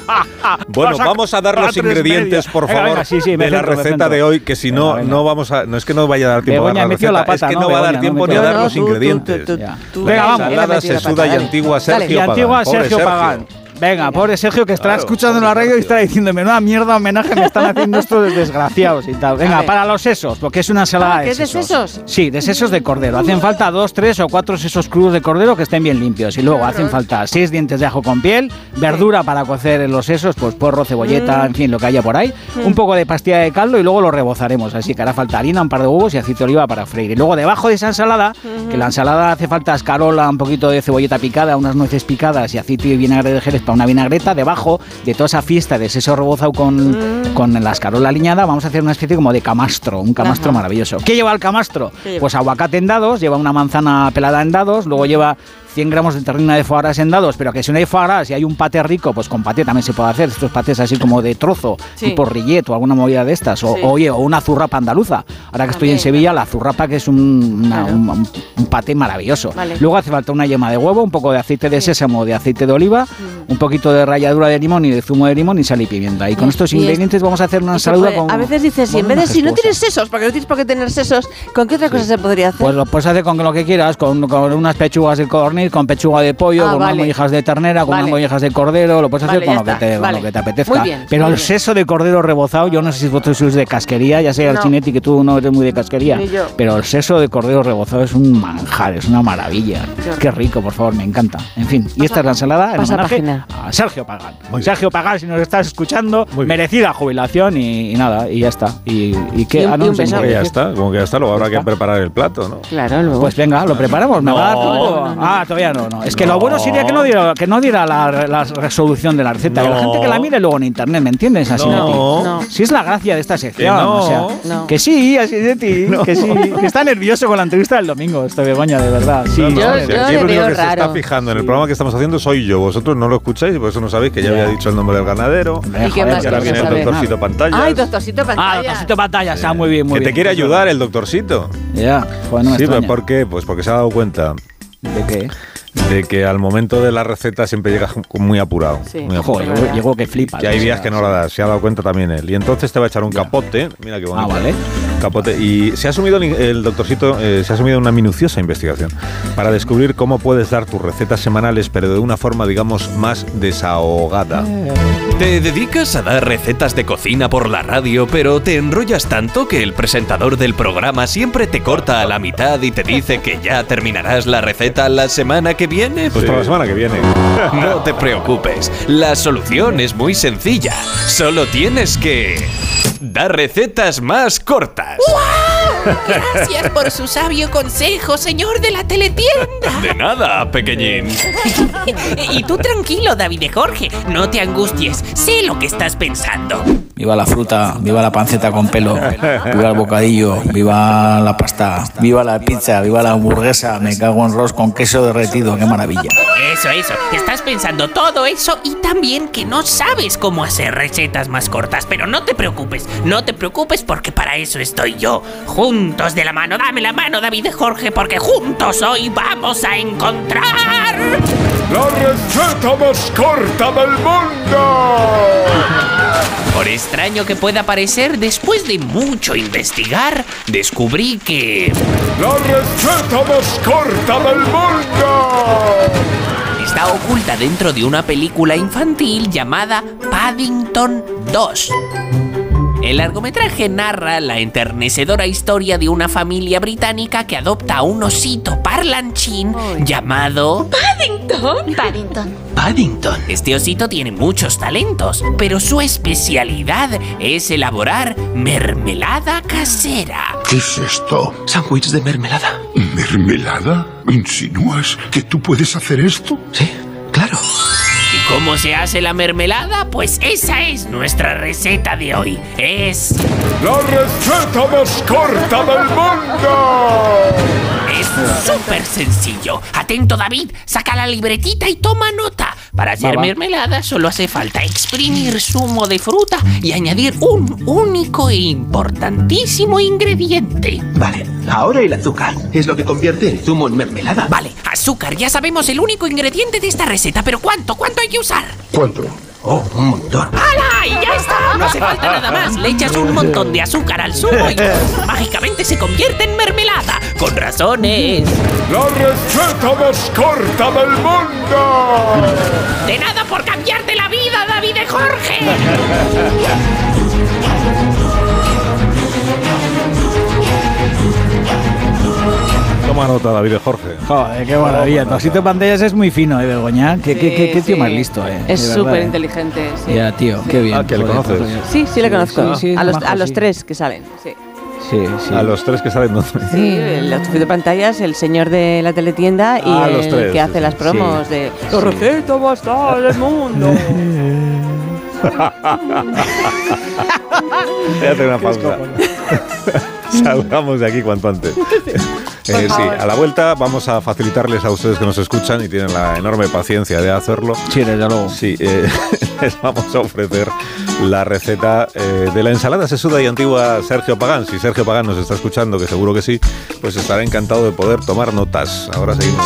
Speaker 3: Ah,
Speaker 1: Bueno, vamos a dar los
Speaker 3: Cuatro es
Speaker 1: ingredientes,
Speaker 3: media.
Speaker 1: por
Speaker 3: Venga,
Speaker 1: favor,
Speaker 3: venga, sí, sí, me
Speaker 1: de la
Speaker 3: centro, me
Speaker 1: receta
Speaker 3: centro.
Speaker 1: de hoy, que si no,
Speaker 3: Venga, venga.
Speaker 1: no vamos a. No es que no vaya a dar tiempo
Speaker 3: Begoña
Speaker 1: a dar la
Speaker 3: metió
Speaker 1: receta,
Speaker 3: la pata,
Speaker 1: es que
Speaker 3: ¿no,
Speaker 1: no, va a dar
Speaker 3: Begoña? No
Speaker 1: tiempo ni
Speaker 3: metió
Speaker 1: a
Speaker 3: la
Speaker 1: dar
Speaker 3: pata.
Speaker 1: los ingredientes.
Speaker 3: Ya.
Speaker 2: tú,
Speaker 3: Venga,
Speaker 1: La
Speaker 3: vamos.
Speaker 1: ensalada
Speaker 2: Venga, metió la
Speaker 1: sesuda y
Speaker 2: pata.
Speaker 1: antigua
Speaker 2: Dale.
Speaker 1: Sergio
Speaker 3: Y antigua
Speaker 1: Pagán. Pobre
Speaker 3: Sergio Pagán. Venga, pobre Sergio que estará
Speaker 1: Claro,
Speaker 3: escuchando en
Speaker 1: pobre
Speaker 3: la radio y
Speaker 1: Sergio.
Speaker 3: estará diciendo, menuda mierda homenaje me están haciendo estos desgraciados y tal.
Speaker 2: A
Speaker 3: Venga,
Speaker 2: ver.
Speaker 3: para los sesos, porque es una ensalada
Speaker 2: Ah, ¿que
Speaker 3: de
Speaker 2: es de
Speaker 3: sesos.
Speaker 2: sesos?
Speaker 3: Sí, de sesos de cordero. Hacen falta dos, tres o cuatro sesos crudos de cordero que estén bien limpios. Y luego hacen falta seis dientes de ajo con piel, verdura para cocer en los sesos, pues porro, cebolleta, en fin, lo que haya por ahí. Un poco de pastilla de caldo y luego lo rebozaremos. Así que hará falta harina, un par de huevos y aceite de oliva para freír. Y luego debajo de esa ensalada, que la ensalada hace falta escarola, un poquito de cebolleta picada, unas nueces picadas y aceite y vinagre de jerez para una vinagreta. Debajo de toda esa fiesta de seso rebozado con, con la escarola aliñada, vamos a hacer una especie como de camastro, un camastro
Speaker 2: Ajá.
Speaker 3: maravilloso. ¿Qué lleva el camastro?
Speaker 2: ¿Qué lleva?
Speaker 3: Pues aguacate en dados, lleva una manzana pelada en dados, luego lleva 100 gramos de terrina de foie gras en dados, pero que si no hay foie gras y hay un paté rico, pues con paté también se puede hacer, estos patés así como de trozo,
Speaker 2: Sí.
Speaker 3: tipo rillet o alguna movida de estas, o,
Speaker 2: Sí.
Speaker 3: oye, o una zurrapa andaluza. Ahora que estoy
Speaker 2: También,
Speaker 3: en Sevilla, la zurrapa que es un, una-
Speaker 2: Claro.
Speaker 3: un- un paté maravilloso.
Speaker 2: Vale.
Speaker 3: Luego hace falta una yema de huevo, un poco de aceite de sésamo, de aceite de oliva, un poquito de ralladura de limón y de zumo de limón y sal y pimienta. Y con
Speaker 2: Mm. Y-
Speaker 3: estos
Speaker 2: y es-
Speaker 3: ingredientes vamos a hacer una
Speaker 2: Y se
Speaker 3: ensalada
Speaker 2: puede-
Speaker 3: con...
Speaker 2: a veces dices, si en vez de si no tienes sesos, porque no tienes por qué tener sesos, ¿con qué otra cosa se podría hacer?
Speaker 3: Pues lo puedes hacer con lo que quieras, con, con unas pechugas de codorniz, con pechuga de pollo,
Speaker 2: Ah,
Speaker 3: con unas
Speaker 2: vale.
Speaker 3: mollejas de ternera, con
Speaker 2: Vale.
Speaker 3: unas mollejas de cordero, lo puedes hacer
Speaker 2: Vale,
Speaker 3: con,
Speaker 2: ya
Speaker 3: lo que,
Speaker 2: está,
Speaker 3: te, con
Speaker 2: vale.
Speaker 3: lo que te apetezca.
Speaker 2: Muy bien,
Speaker 3: Pero
Speaker 2: muy
Speaker 3: el
Speaker 2: bien.
Speaker 3: seso de cordero rebozado, yo no sé si vosotros sois de casquería, ya sé al
Speaker 2: No.
Speaker 3: chinetti que tú no eres muy de casquería,
Speaker 2: Ni yo.
Speaker 3: pero el seso de cordero rebozado es un manjar, es una maravilla.
Speaker 2: Yo.
Speaker 3: Qué rico, por favor, me encanta. En fin, y esta es la ensalada en
Speaker 2: pasa
Speaker 3: homenaje
Speaker 2: página.
Speaker 3: a Sergio Pagán.
Speaker 1: Muy bien.
Speaker 3: Sergio Pagán, si nos estás escuchando,
Speaker 1: Muy bien.
Speaker 3: merecida jubilación y, y nada, y ya está. Y, y qué
Speaker 2: Y un-
Speaker 3: Ah, no,
Speaker 2: y un
Speaker 3: sé
Speaker 2: beso.
Speaker 3: cómo
Speaker 1: Que ya
Speaker 3: decir.
Speaker 1: está, como que ya está, luego habrá que
Speaker 3: está.
Speaker 1: preparar el plato, ¿no?
Speaker 2: Claro, luego.
Speaker 3: Pues venga, lo preparamos. ¿Me va a dar
Speaker 1: No,
Speaker 3: tiempo?
Speaker 1: no,
Speaker 3: Ah, todavía no, no. Es que
Speaker 1: No.
Speaker 3: lo bueno sería que no diera, que no diera la, la resolución de la receta. Que la
Speaker 1: No.
Speaker 3: gente que la mire luego en internet, ¿me entiendes? Así,
Speaker 1: No.
Speaker 2: No.
Speaker 3: Si es la gracia de esta sección.
Speaker 1: Que no.
Speaker 3: o sea,
Speaker 2: No.
Speaker 3: que sí, así de ti. Que sí. Que está nervioso con la entrevista del domingo, este Begoña, de verdad. Sí,
Speaker 1: No, no,
Speaker 2: Yo-
Speaker 1: o sea,
Speaker 2: yo
Speaker 1: aquí
Speaker 2: le
Speaker 1: el único
Speaker 2: veo
Speaker 1: que se está
Speaker 2: raro.
Speaker 1: fijando en el programa que estamos haciendo soy yo. Vosotros no lo escucháis, por eso no sabéis que ya
Speaker 3: Ya.
Speaker 1: había dicho el nombre del ganadero.
Speaker 3: Hombre,
Speaker 2: ¿Y qué
Speaker 1: Y
Speaker 3: joder,
Speaker 2: más
Speaker 1: ahora
Speaker 2: quieres
Speaker 1: viene el
Speaker 2: saber?
Speaker 1: doctorcito pantalla.
Speaker 2: Ay, doctorcito
Speaker 3: Ah,
Speaker 2: pantalla.
Speaker 3: doctorcito batalla, está muy bien, muy
Speaker 1: que
Speaker 3: bien.
Speaker 1: te quiere ayudar el doctorcito.
Speaker 3: Ya, joder, no me
Speaker 1: sí, pero
Speaker 3: extraña.
Speaker 1: ¿por qué? Pues porque se ha dado cuenta
Speaker 3: ¿De qué?
Speaker 1: de que al momento de la receta siempre llegas muy apurado.
Speaker 2: Sí.
Speaker 1: muy apurado.
Speaker 3: Joder, llegó- llegó que flipa.
Speaker 1: Que hay días que no la das, se ha dado cuenta también él. Y entonces te va a echar un capote, mira qué bonito.
Speaker 3: Ah, vale.
Speaker 1: capote. Y se ha asumido el, el doctorcito, eh, se ha asumido una minuciosa investigación para descubrir cómo puedes dar tus recetas semanales, pero de una forma, digamos, más desahogada.
Speaker 3: Eh.
Speaker 11: ¿Te dedicas a dar recetas de cocina por la radio, pero te enrollas tanto que el presentador del programa siempre te corta a la mitad y te dice que ya terminarás la receta la semana que viene?
Speaker 1: Pues para la semana que viene.
Speaker 11: No te preocupes, la solución es muy sencilla. Solo tienes que dar recetas más cortas.
Speaker 12: Gracias por su sabio consejo, señor de la teletienda.
Speaker 11: De nada, pequeñín.
Speaker 12: Eh, y tú tranquilo, David de Jorge. No te angusties. Sé lo que estás pensando.
Speaker 3: Viva la fruta, viva la panceta con pelo, viva el bocadillo, viva la pasta, viva la pizza, viva la hamburguesa, me cago en Ross con queso derretido, qué maravilla.
Speaker 12: Eso, eso. Estás pensando todo eso y también que no sabes cómo hacer recetas más cortas. Pero no te preocupes, no te preocupes porque para eso estoy yo. Juntos de la mano, dame la mano, David y Jorge, porque juntos hoy vamos a encontrar.
Speaker 13: ¡La receta más corta del mundo!
Speaker 12: Por extraño que pueda parecer, después de mucho investigar, descubrí que.
Speaker 13: ¡La receta más corta del mundo!
Speaker 12: Está oculta dentro de una película infantil llamada Paddington 2. El largometraje narra la enternecedora historia de una familia británica que adopta a un osito parlanchín llamado...
Speaker 14: ¿Paddington? Paddington.
Speaker 12: Paddington. Este osito tiene muchos talentos, pero su especialidad es elaborar mermelada casera.
Speaker 15: ¿Qué es esto?
Speaker 11: Sándwich de mermelada.
Speaker 15: ¿Mermelada? ¿Insinúas que tú puedes hacer esto?
Speaker 11: Sí, claro.
Speaker 12: ¿Y cómo se hace la mermelada? Pues esa es nuestra receta de hoy. Es...
Speaker 13: ¡La receta más corta del mundo!
Speaker 12: Es súper sencillo. Atento, David. Saca la libretita y toma nota. Para hacer
Speaker 13: Va, va.
Speaker 12: mermelada solo hace falta exprimir zumo de fruta y añadir un único e importantísimo ingrediente.
Speaker 16: Vale, ahora el azúcar es lo que convierte el zumo en mermelada.
Speaker 12: Vale, azúcar. Ya sabemos el único ingrediente de esta receta, pero ¿cuánto? ¿Cuánto hay que usar?
Speaker 15: ¿Cuánto?
Speaker 16: Oh, un montón.
Speaker 12: ¡Hala! Y ya está. No hace falta nada más. Le echas un montón de azúcar al
Speaker 16: *laughs*
Speaker 12: zumo y ¡pum! mágicamente se convierte en mermelada. Con razones.
Speaker 13: ¡La receta más corta del mundo!
Speaker 12: De nada por cambiarte la vida, David de Jorge.
Speaker 1: Toma nota, David Jorge.
Speaker 3: Joder, Oh, eh, qué maravilla. Tu osito pantallas es muy fino, ¿eh, Begoña? ¿Qué, qué, qué, qué tío más listo, ¿eh?
Speaker 2: Es
Speaker 3: De verdad,
Speaker 2: súper
Speaker 3: ¿eh?
Speaker 2: inteligente. sí.
Speaker 3: Ya, tío,
Speaker 2: Sí.
Speaker 3: qué bien.
Speaker 1: Ah, que le
Speaker 3: joder,
Speaker 1: conoces.
Speaker 3: joder.
Speaker 2: Sí, sí le conozco.
Speaker 3: sí, es
Speaker 2: a los,
Speaker 3: majo,
Speaker 2: a los
Speaker 3: sí.
Speaker 2: tres que salen. Sí.
Speaker 3: Sí, sí.
Speaker 1: A los tres que salen. ¿no?
Speaker 2: Sí, el outfit de pantallas, el señor de la teletienda y
Speaker 1: Ah, los
Speaker 2: el
Speaker 1: tres,
Speaker 2: que
Speaker 1: sí,
Speaker 2: hace
Speaker 1: sí.
Speaker 2: las promos
Speaker 1: Sí.
Speaker 2: de
Speaker 1: Sí.
Speaker 2: la receta más cara del *laughs* mundo.
Speaker 1: Voy a hacer una pausa. *laughs* Salgamos de aquí cuanto *laughs* antes. Eh, sí, a la vuelta vamos a facilitarles a ustedes que nos escuchan y tienen la enorme paciencia de hacerlo.
Speaker 3: Sí, desde luego.
Speaker 1: Sí, eh, *laughs* les vamos a ofrecer la receta eh, de la ensalada sesuda y antigua Sergio Pagán. Si Sergio Pagán nos está escuchando, que seguro que sí, pues estará encantado de poder tomar notas. Ahora seguimos.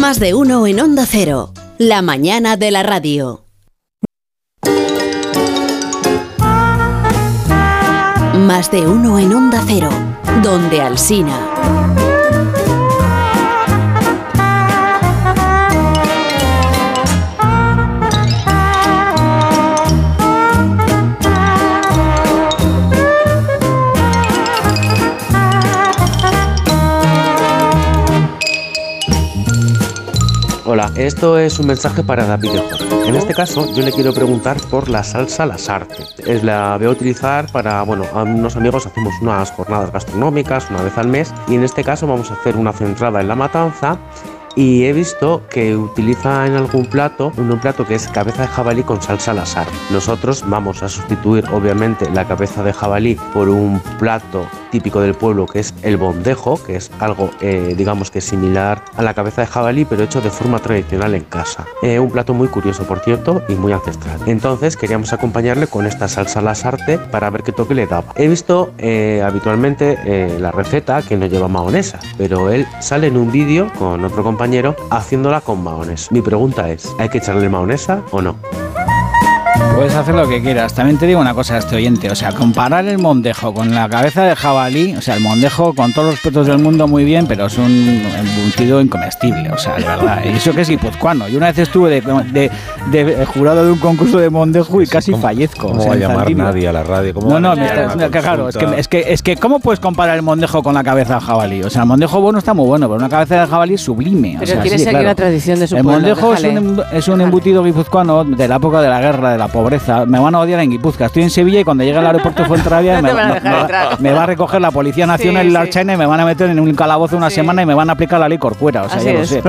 Speaker 10: Más de uno en Onda Cero. La mañana de la radio. Más de uno en Onda Cero. Donde Alsina.
Speaker 17: Hola, esto es un mensaje para David de Jorge. En este caso, yo le quiero preguntar por la salsa Lasarte. Es la voy a utilizar para, bueno, a unos amigos hacemos unas jornadas gastronómicas una vez al mes y en este caso vamos a hacer una centrada en la matanza. Y he visto que utiliza en algún plato un plato que es cabeza de jabalí con salsa Lasarte. Nosotros vamos a sustituir obviamente la cabeza de jabalí por un plato típico del pueblo que es el bondejo, que es algo eh, digamos que similar a la cabeza de jabalí pero hecho de forma tradicional en casa. Eh, un plato muy curioso por cierto y muy ancestral. Entonces queríamos acompañarle con esta salsa lasarte para ver qué toque le daba. He visto eh, habitualmente eh, la receta que no lleva mahonesa, pero él sale en un vídeo con otro compañero haciéndola con mahones. Mi pregunta es, ¿hay que echarle mahonesa o no?
Speaker 3: puedes hacer lo que quieras. También te digo una cosa a este oyente, o sea, comparar el mondejo con la cabeza de jabalí, o sea, el mondejo con todos los petos del mundo muy bien, pero es un embutido incomestible, o sea, de verdad. Y eso que es guipuzcoano. Yo una vez estuve de, de- de jurado de un concurso de mondejo y casi fallezco.
Speaker 1: ¿Cómo
Speaker 3: o sea,
Speaker 1: va a
Speaker 3: en
Speaker 1: llamar
Speaker 3: Zaldívar.
Speaker 1: nadie a la radio? ¿Cómo
Speaker 3: No,
Speaker 1: van a
Speaker 3: no, me
Speaker 1: enviar
Speaker 3: está-
Speaker 1: una
Speaker 3: que claro, es que,
Speaker 1: consulta?
Speaker 3: es, que, es que ¿cómo puedes comparar el mondejo con la cabeza de jabalí? O sea, el mondejo bueno está muy bueno, pero una cabeza de jabalí es sublime. o
Speaker 2: Pero
Speaker 3: sea,
Speaker 2: quiere
Speaker 3: sí,
Speaker 2: seguir
Speaker 3: claro.
Speaker 2: la tradición de su
Speaker 3: El
Speaker 2: pueblo,
Speaker 3: mondejo es un,
Speaker 2: déjale.
Speaker 3: em- es un embutido guipuzcoano de la época de la guerra, de la pobreza. Me van a odiar en Guipúzca. Estoy en Sevilla y cuando llegue al aeropuerto de
Speaker 2: *laughs* No
Speaker 3: Fuenterrabía me,
Speaker 2: te van a
Speaker 3: me-
Speaker 2: dejar
Speaker 3: me va-
Speaker 2: entrar.
Speaker 3: me va a recoger la Policía Nacional
Speaker 2: Sí,
Speaker 3: y la
Speaker 2: sí.
Speaker 3: Archena y me van a meter en un calabozo una semana y me van a aplicar la ley corcuera. O sea,
Speaker 2: Así
Speaker 3: ya lo
Speaker 2: es.
Speaker 3: sé.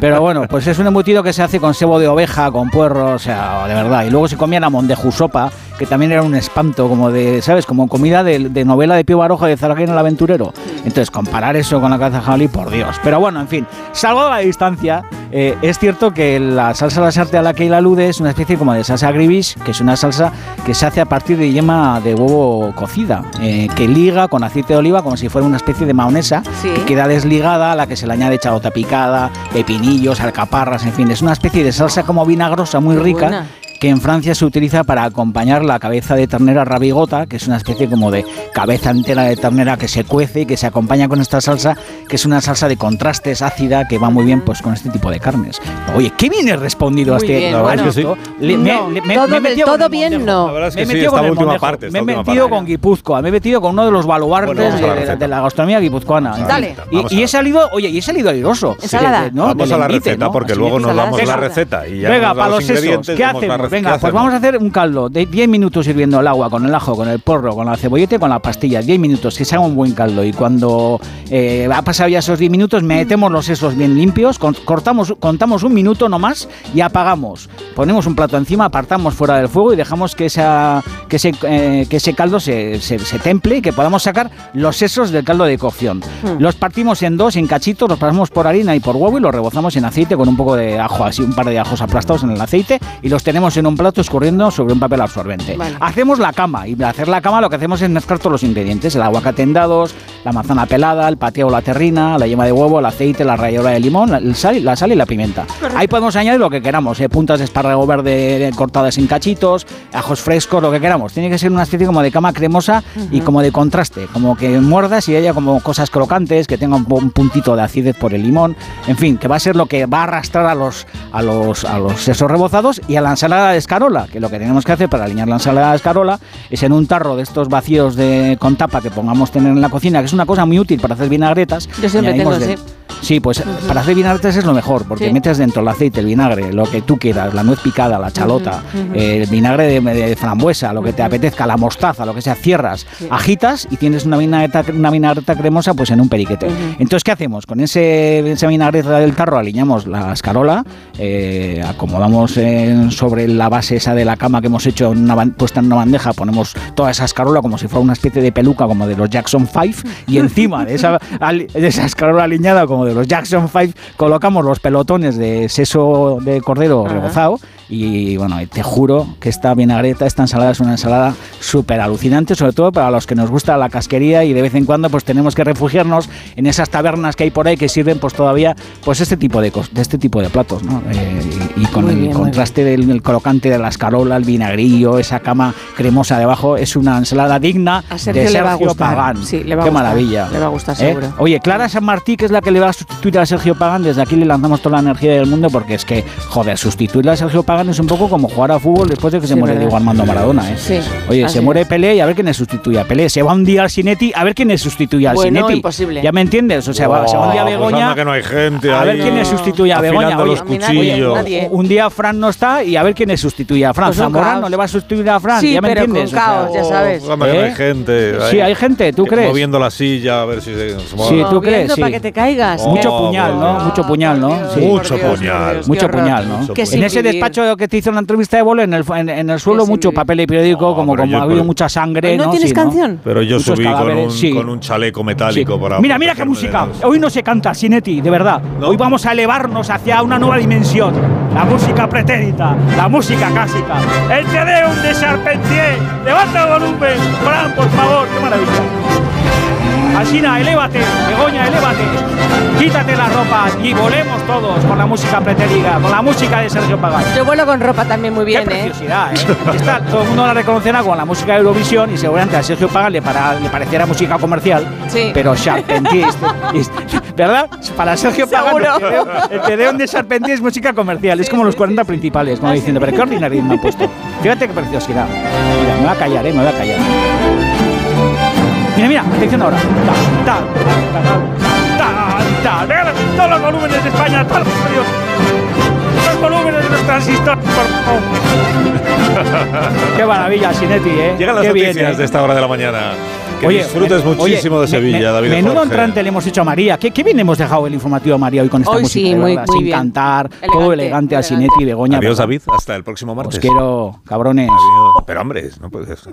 Speaker 3: Pero bueno, pues es un embutido que se hace con sebo de oveja, con puerro, o sea, de verdad. Y luego se comía la mondejusopa, que también era un espanto, como de, ¿sabes? Como comida de, de novela de Pío Baroja de Zaragán el aventurero. Entonces, comparar eso con la cabeza de jabalí, por Dios. Pero bueno, en fin, salvo de la distancia, eh, es cierto que la salsa lasarte a la que él alude es una especie como de salsa gribish, que es una salsa que se hace a partir de yema de huevo cocida, eh, que liga con aceite de oliva como si fuera una especie de maonesa,
Speaker 2: Sí.
Speaker 3: que queda desligada, a la que se le añade chalota picada, pepinillos, alcaparras, en fin, es una especie de salsa como vinagrosa muy
Speaker 2: Qué
Speaker 3: rica
Speaker 2: buena.
Speaker 3: que en Francia se utiliza para acompañar la cabeza de ternera rabigota, que es una especie como de cabeza entera de ternera que se cuece y que se acompaña con esta salsa, que es una salsa de contrastes ácida que va muy bien pues con este tipo de carnes. Oye, qué bien he respondido a
Speaker 2: Muy
Speaker 3: este
Speaker 2: bien,
Speaker 3: a
Speaker 2: bueno.
Speaker 3: esto. Le- me-
Speaker 2: No,
Speaker 3: le- me-
Speaker 2: todo
Speaker 3: me he
Speaker 2: del
Speaker 3: metido con
Speaker 2: todo
Speaker 3: el
Speaker 2: bien
Speaker 3: mondejo.
Speaker 2: no.
Speaker 1: La verdad es
Speaker 3: Me
Speaker 1: que
Speaker 3: he
Speaker 1: sí,
Speaker 3: metido
Speaker 1: esta
Speaker 3: con el
Speaker 1: última
Speaker 3: mondejo,
Speaker 1: parte. esta
Speaker 3: me he
Speaker 1: última
Speaker 3: metido
Speaker 1: parte.
Speaker 3: con Guipúzcoa, me he metido con uno de los baluartes
Speaker 1: Bueno, vamos a la
Speaker 3: de, de-
Speaker 1: receta.
Speaker 3: de la gastronomía guipuzcoana.
Speaker 1: Vamos a la
Speaker 3: Y-
Speaker 1: receta,
Speaker 3: y-
Speaker 1: vamos a
Speaker 3: Y,
Speaker 1: la
Speaker 3: he salido, oye, y he salido airoso.
Speaker 2: Ensalada.
Speaker 3: De- de- ¿no?
Speaker 1: Vamos
Speaker 3: Del
Speaker 1: a la
Speaker 3: envite,
Speaker 1: receta
Speaker 3: ¿no?
Speaker 1: porque
Speaker 3: Así
Speaker 1: luego
Speaker 3: es.
Speaker 1: nos damos la
Speaker 3: Venga.
Speaker 1: receta. Y ya
Speaker 3: Venga,
Speaker 1: nos
Speaker 3: para
Speaker 1: damos
Speaker 3: los sesos,
Speaker 1: ingredientes,
Speaker 3: ¿qué
Speaker 1: damos la
Speaker 3: hacemos?
Speaker 1: receta,
Speaker 3: Venga,
Speaker 1: ¿qué
Speaker 3: pues
Speaker 1: hacemos?
Speaker 3: vamos a hacer un caldo de 10 minutos hirviendo el agua con el ajo, con el porro, con la cebolleta, con la pastilla. 10 minutos, que se haga un buen caldo. Y cuando eh, ha pasado ya esos 10 minutos, metemos los sesos bien limpios, con- cortamos, contamos un minuto nomás y apagamos. Ponemos un plato encima, apartamos fuera del fuego y dejamos que, esa, que, ese, eh, que ese caldo se, se- se temple y que podamos sacar los sesos del caldo de cocción.
Speaker 2: Mm.
Speaker 3: Los partimos en dos, en cachitos, los pasamos por harina y por huevo y los rebozamos en aceite con un poco de ajo, así un par de ajos aplastados en el aceite y los tenemos en un plato escurriendo sobre un papel absorbente.
Speaker 2: Vale.
Speaker 3: Hacemos la cama y para hacer la cama lo que hacemos es mezclar todos los ingredientes, el aguacate en dados, la manzana pelada, el pateado o la terrina, la yema de huevo, el aceite, la rayola de limón, la- el sal, la sal y la pimienta. Ahí podemos añadir lo que queramos, eh, puntas de espárrago verde eh, cortadas en cachitos, ajos frescos, lo que queramos. Tiene que ser una especie como de cama cremosa y como de contraste, como que muerdas y haya como cosas crocantes, que tenga un, po- un puntito de acidez por el limón, en fin, que va a ser lo que va a arrastrar a los a los a los sesos rebozados y a la ensalada de escarola, que lo que tenemos que hacer para alinear la ensalada de escarola es en un tarro de estos vacíos de con tapa que pongamos tener en la cocina, que es una cosa muy útil para hacer vinagretas.
Speaker 2: Yo siempre
Speaker 3: añadimos
Speaker 2: tengo,
Speaker 3: de- Sí, pues para hacer vinagretas es lo mejor, porque
Speaker 2: Sí.
Speaker 3: metes dentro el aceite, el vinagre, lo que tú quieras, la nuez picada, la chalota, eh,
Speaker 2: Ujú, ujú.
Speaker 3: el vinagre de, de frambuesa, lo que te apetezca, la mostaza, lo que sea, cierras, agitas y tienes una vinagreta, una vinagreta cremosa pues en un periquete. Entonces, ¿qué hacemos? Con ese, esa vinagreta del tarro alineamos la escarola, eh, acomodamos en- sobre la base esa de la cama que hemos hecho en una ban- puesta en una bandeja, ponemos toda esa escarola como si fuera una especie de peluca como de los Jackson 5 y encima de esa, ali- de esa escarola alineada como de los Jackson 5 colocamos los pelotones de seso de cordero
Speaker 2: Ajá.
Speaker 3: rebozado y bueno, y te juro que esta vinagreta, esta ensalada es una ensalada súper alucinante, sobre todo para los que nos gusta la casquería y de vez en cuando pues tenemos que refugiarnos en esas tabernas que hay por ahí que sirven pues todavía pues este tipo de, cos- de este tipo de platos, ¿no? Eh, y, y con
Speaker 2: Muy
Speaker 3: el
Speaker 2: bien, muy
Speaker 3: contraste del el crocante de la escarola, el vinagrillo, esa cama cremosa debajo, es una ensalada digna
Speaker 2: A Sergio
Speaker 3: de
Speaker 2: le
Speaker 3: Sergio
Speaker 2: va a gustar.
Speaker 3: Pagán.
Speaker 2: Sí, le va a
Speaker 3: Qué
Speaker 2: gustar.
Speaker 3: maravilla.
Speaker 2: Le va a gustar,
Speaker 3: ¿Eh?
Speaker 2: seguro.
Speaker 3: Oye, Clara San Martí, que es la que le va a sustituir a Sergio Pagán, desde aquí le lanzamos toda la energía del mundo porque es que, joder, sustituirle a Sergio Pagán es un poco como jugar a fútbol después de que se
Speaker 2: Sí,
Speaker 3: muere
Speaker 2: verdad.
Speaker 3: Diego Armando Maradona. ¿eh?
Speaker 2: Sí,
Speaker 3: Oye,
Speaker 2: así
Speaker 3: se muere
Speaker 2: es.
Speaker 3: Pelé y a ver quién le sustituye a Pelé. Se va un día al Sinetti, a ver quién le sustituye al
Speaker 2: Bueno,
Speaker 3: Sinetti.
Speaker 2: imposible.
Speaker 3: ¿Ya me entiendes? O sea, va- se va un día a
Speaker 1: Oh, pues
Speaker 3: Begoña.
Speaker 1: anda que no hay gente
Speaker 3: A ver
Speaker 1: ahí
Speaker 3: quién le sustituye a Begoña.
Speaker 1: afinando
Speaker 3: Oye,
Speaker 1: los cuchillos.
Speaker 2: nadie.
Speaker 3: un día Fran no está y a ver quién le sustituye a Fran.
Speaker 2: Pues un
Speaker 3: Zamorano
Speaker 2: caos.
Speaker 3: le va a sustituir a Fran.
Speaker 2: Sí,
Speaker 3: ¿Ya me
Speaker 2: pero con
Speaker 3: entiendes? O sea,
Speaker 2: caos, ya sabes.
Speaker 1: Oh, anda que no hay
Speaker 3: ¿Eh?
Speaker 1: gente.
Speaker 3: Sí,
Speaker 1: ahí,
Speaker 3: hay gente, ¿tú
Speaker 1: que-
Speaker 3: crees?
Speaker 1: Moviendo la silla a ver si se, se mueve.
Speaker 3: Sí, ¿tú crees?
Speaker 2: Viendo
Speaker 3: Sí.
Speaker 2: para que te caigas.
Speaker 1: Oh,
Speaker 3: Mucho puñal, ¿no?
Speaker 1: bueno.
Speaker 3: Mucho puñal, ¿no? Sí.
Speaker 1: Mucho puñal.
Speaker 3: Mucho puñal, ¿no?
Speaker 2: Que sin
Speaker 3: en ese
Speaker 2: vivir.
Speaker 3: despacho que te hizo una entrevista de bolo, en el, en, en el suelo
Speaker 2: sin
Speaker 3: mucho papel y periódico, como,
Speaker 1: pero
Speaker 3: como
Speaker 1: yo
Speaker 3: ha habido
Speaker 1: creo-
Speaker 3: mucha sangre.
Speaker 2: ¿No
Speaker 3: ¿no?
Speaker 2: tienes
Speaker 3: Sí,
Speaker 2: canción?
Speaker 1: Pero yo
Speaker 3: Muchos
Speaker 1: subí con
Speaker 3: cadáveres,
Speaker 1: un,
Speaker 3: sí.
Speaker 1: con un chaleco metálico para.
Speaker 3: Mira, mira qué
Speaker 1: protegerme de
Speaker 3: música.
Speaker 1: los-
Speaker 3: Hoy no se canta, Sinetti, de verdad. Hoy vamos a elevarnos hacia una nueva dimensión. La música pretérita, la música clásica. El te deum de Charpentier. Levanta el volumen, Fran, por favor. Qué maravilla. Al Alsina, elévate. Begoña, elévate. Quítate la ropa y volemos todos con la música pretérica, con la música de Sergio Pagán.
Speaker 2: Yo vuelo con ropa también muy bien,
Speaker 3: Qué
Speaker 2: ¿eh?
Speaker 3: preciosidad, ¿eh? Esta, todo el mundo la reconocerá con la música de Eurovisión y seguramente a Sergio Pagan le, para- le pareciera música comercial,
Speaker 2: Sí.
Speaker 3: pero Charpentier, es- es- ¿verdad? Para Sergio Pagan
Speaker 2: Seguro.
Speaker 3: el TDM de Charpentier es música comercial, es como los 40 principales, como diciendo, pero qué ordinario me han puesto. Fíjate qué preciosidad. Mira, me voy a callar, ¿eh? Me voy a callar. Mira, mira, atención ahora. Ta, ta, ta, ta, ta, ta. Regala todos los volúmenes de España, todos los radios. Los volúmenes de los transistores, por favor. Qué maravilla, Sinetti, ¿eh?
Speaker 1: Llegan las
Speaker 3: Qué bien,
Speaker 1: noticias
Speaker 3: ¿eh?
Speaker 1: de esta hora de la mañana. Que disfrutes
Speaker 3: men- oye,
Speaker 1: muchísimo
Speaker 3: me-
Speaker 1: de Sevilla,
Speaker 3: me-
Speaker 1: David.
Speaker 3: Menudo
Speaker 1: Jorge.
Speaker 3: entrante le hemos hecho a María. ¿Qué, qué bien hemos dejado el informativo a María hoy con esta
Speaker 2: Hoy
Speaker 3: música?
Speaker 2: sí,
Speaker 3: de
Speaker 2: muy-
Speaker 3: verdad,
Speaker 2: muy
Speaker 3: sin
Speaker 2: bien.
Speaker 3: cantar, todo elegante a Sinetti y Begoña.
Speaker 1: Adiós,
Speaker 3: ¿verdad?
Speaker 1: David. Hasta el próximo
Speaker 3: Os
Speaker 1: martes.
Speaker 3: quiero, cabrones.
Speaker 1: Adiós. Pero, hombre, no puedes.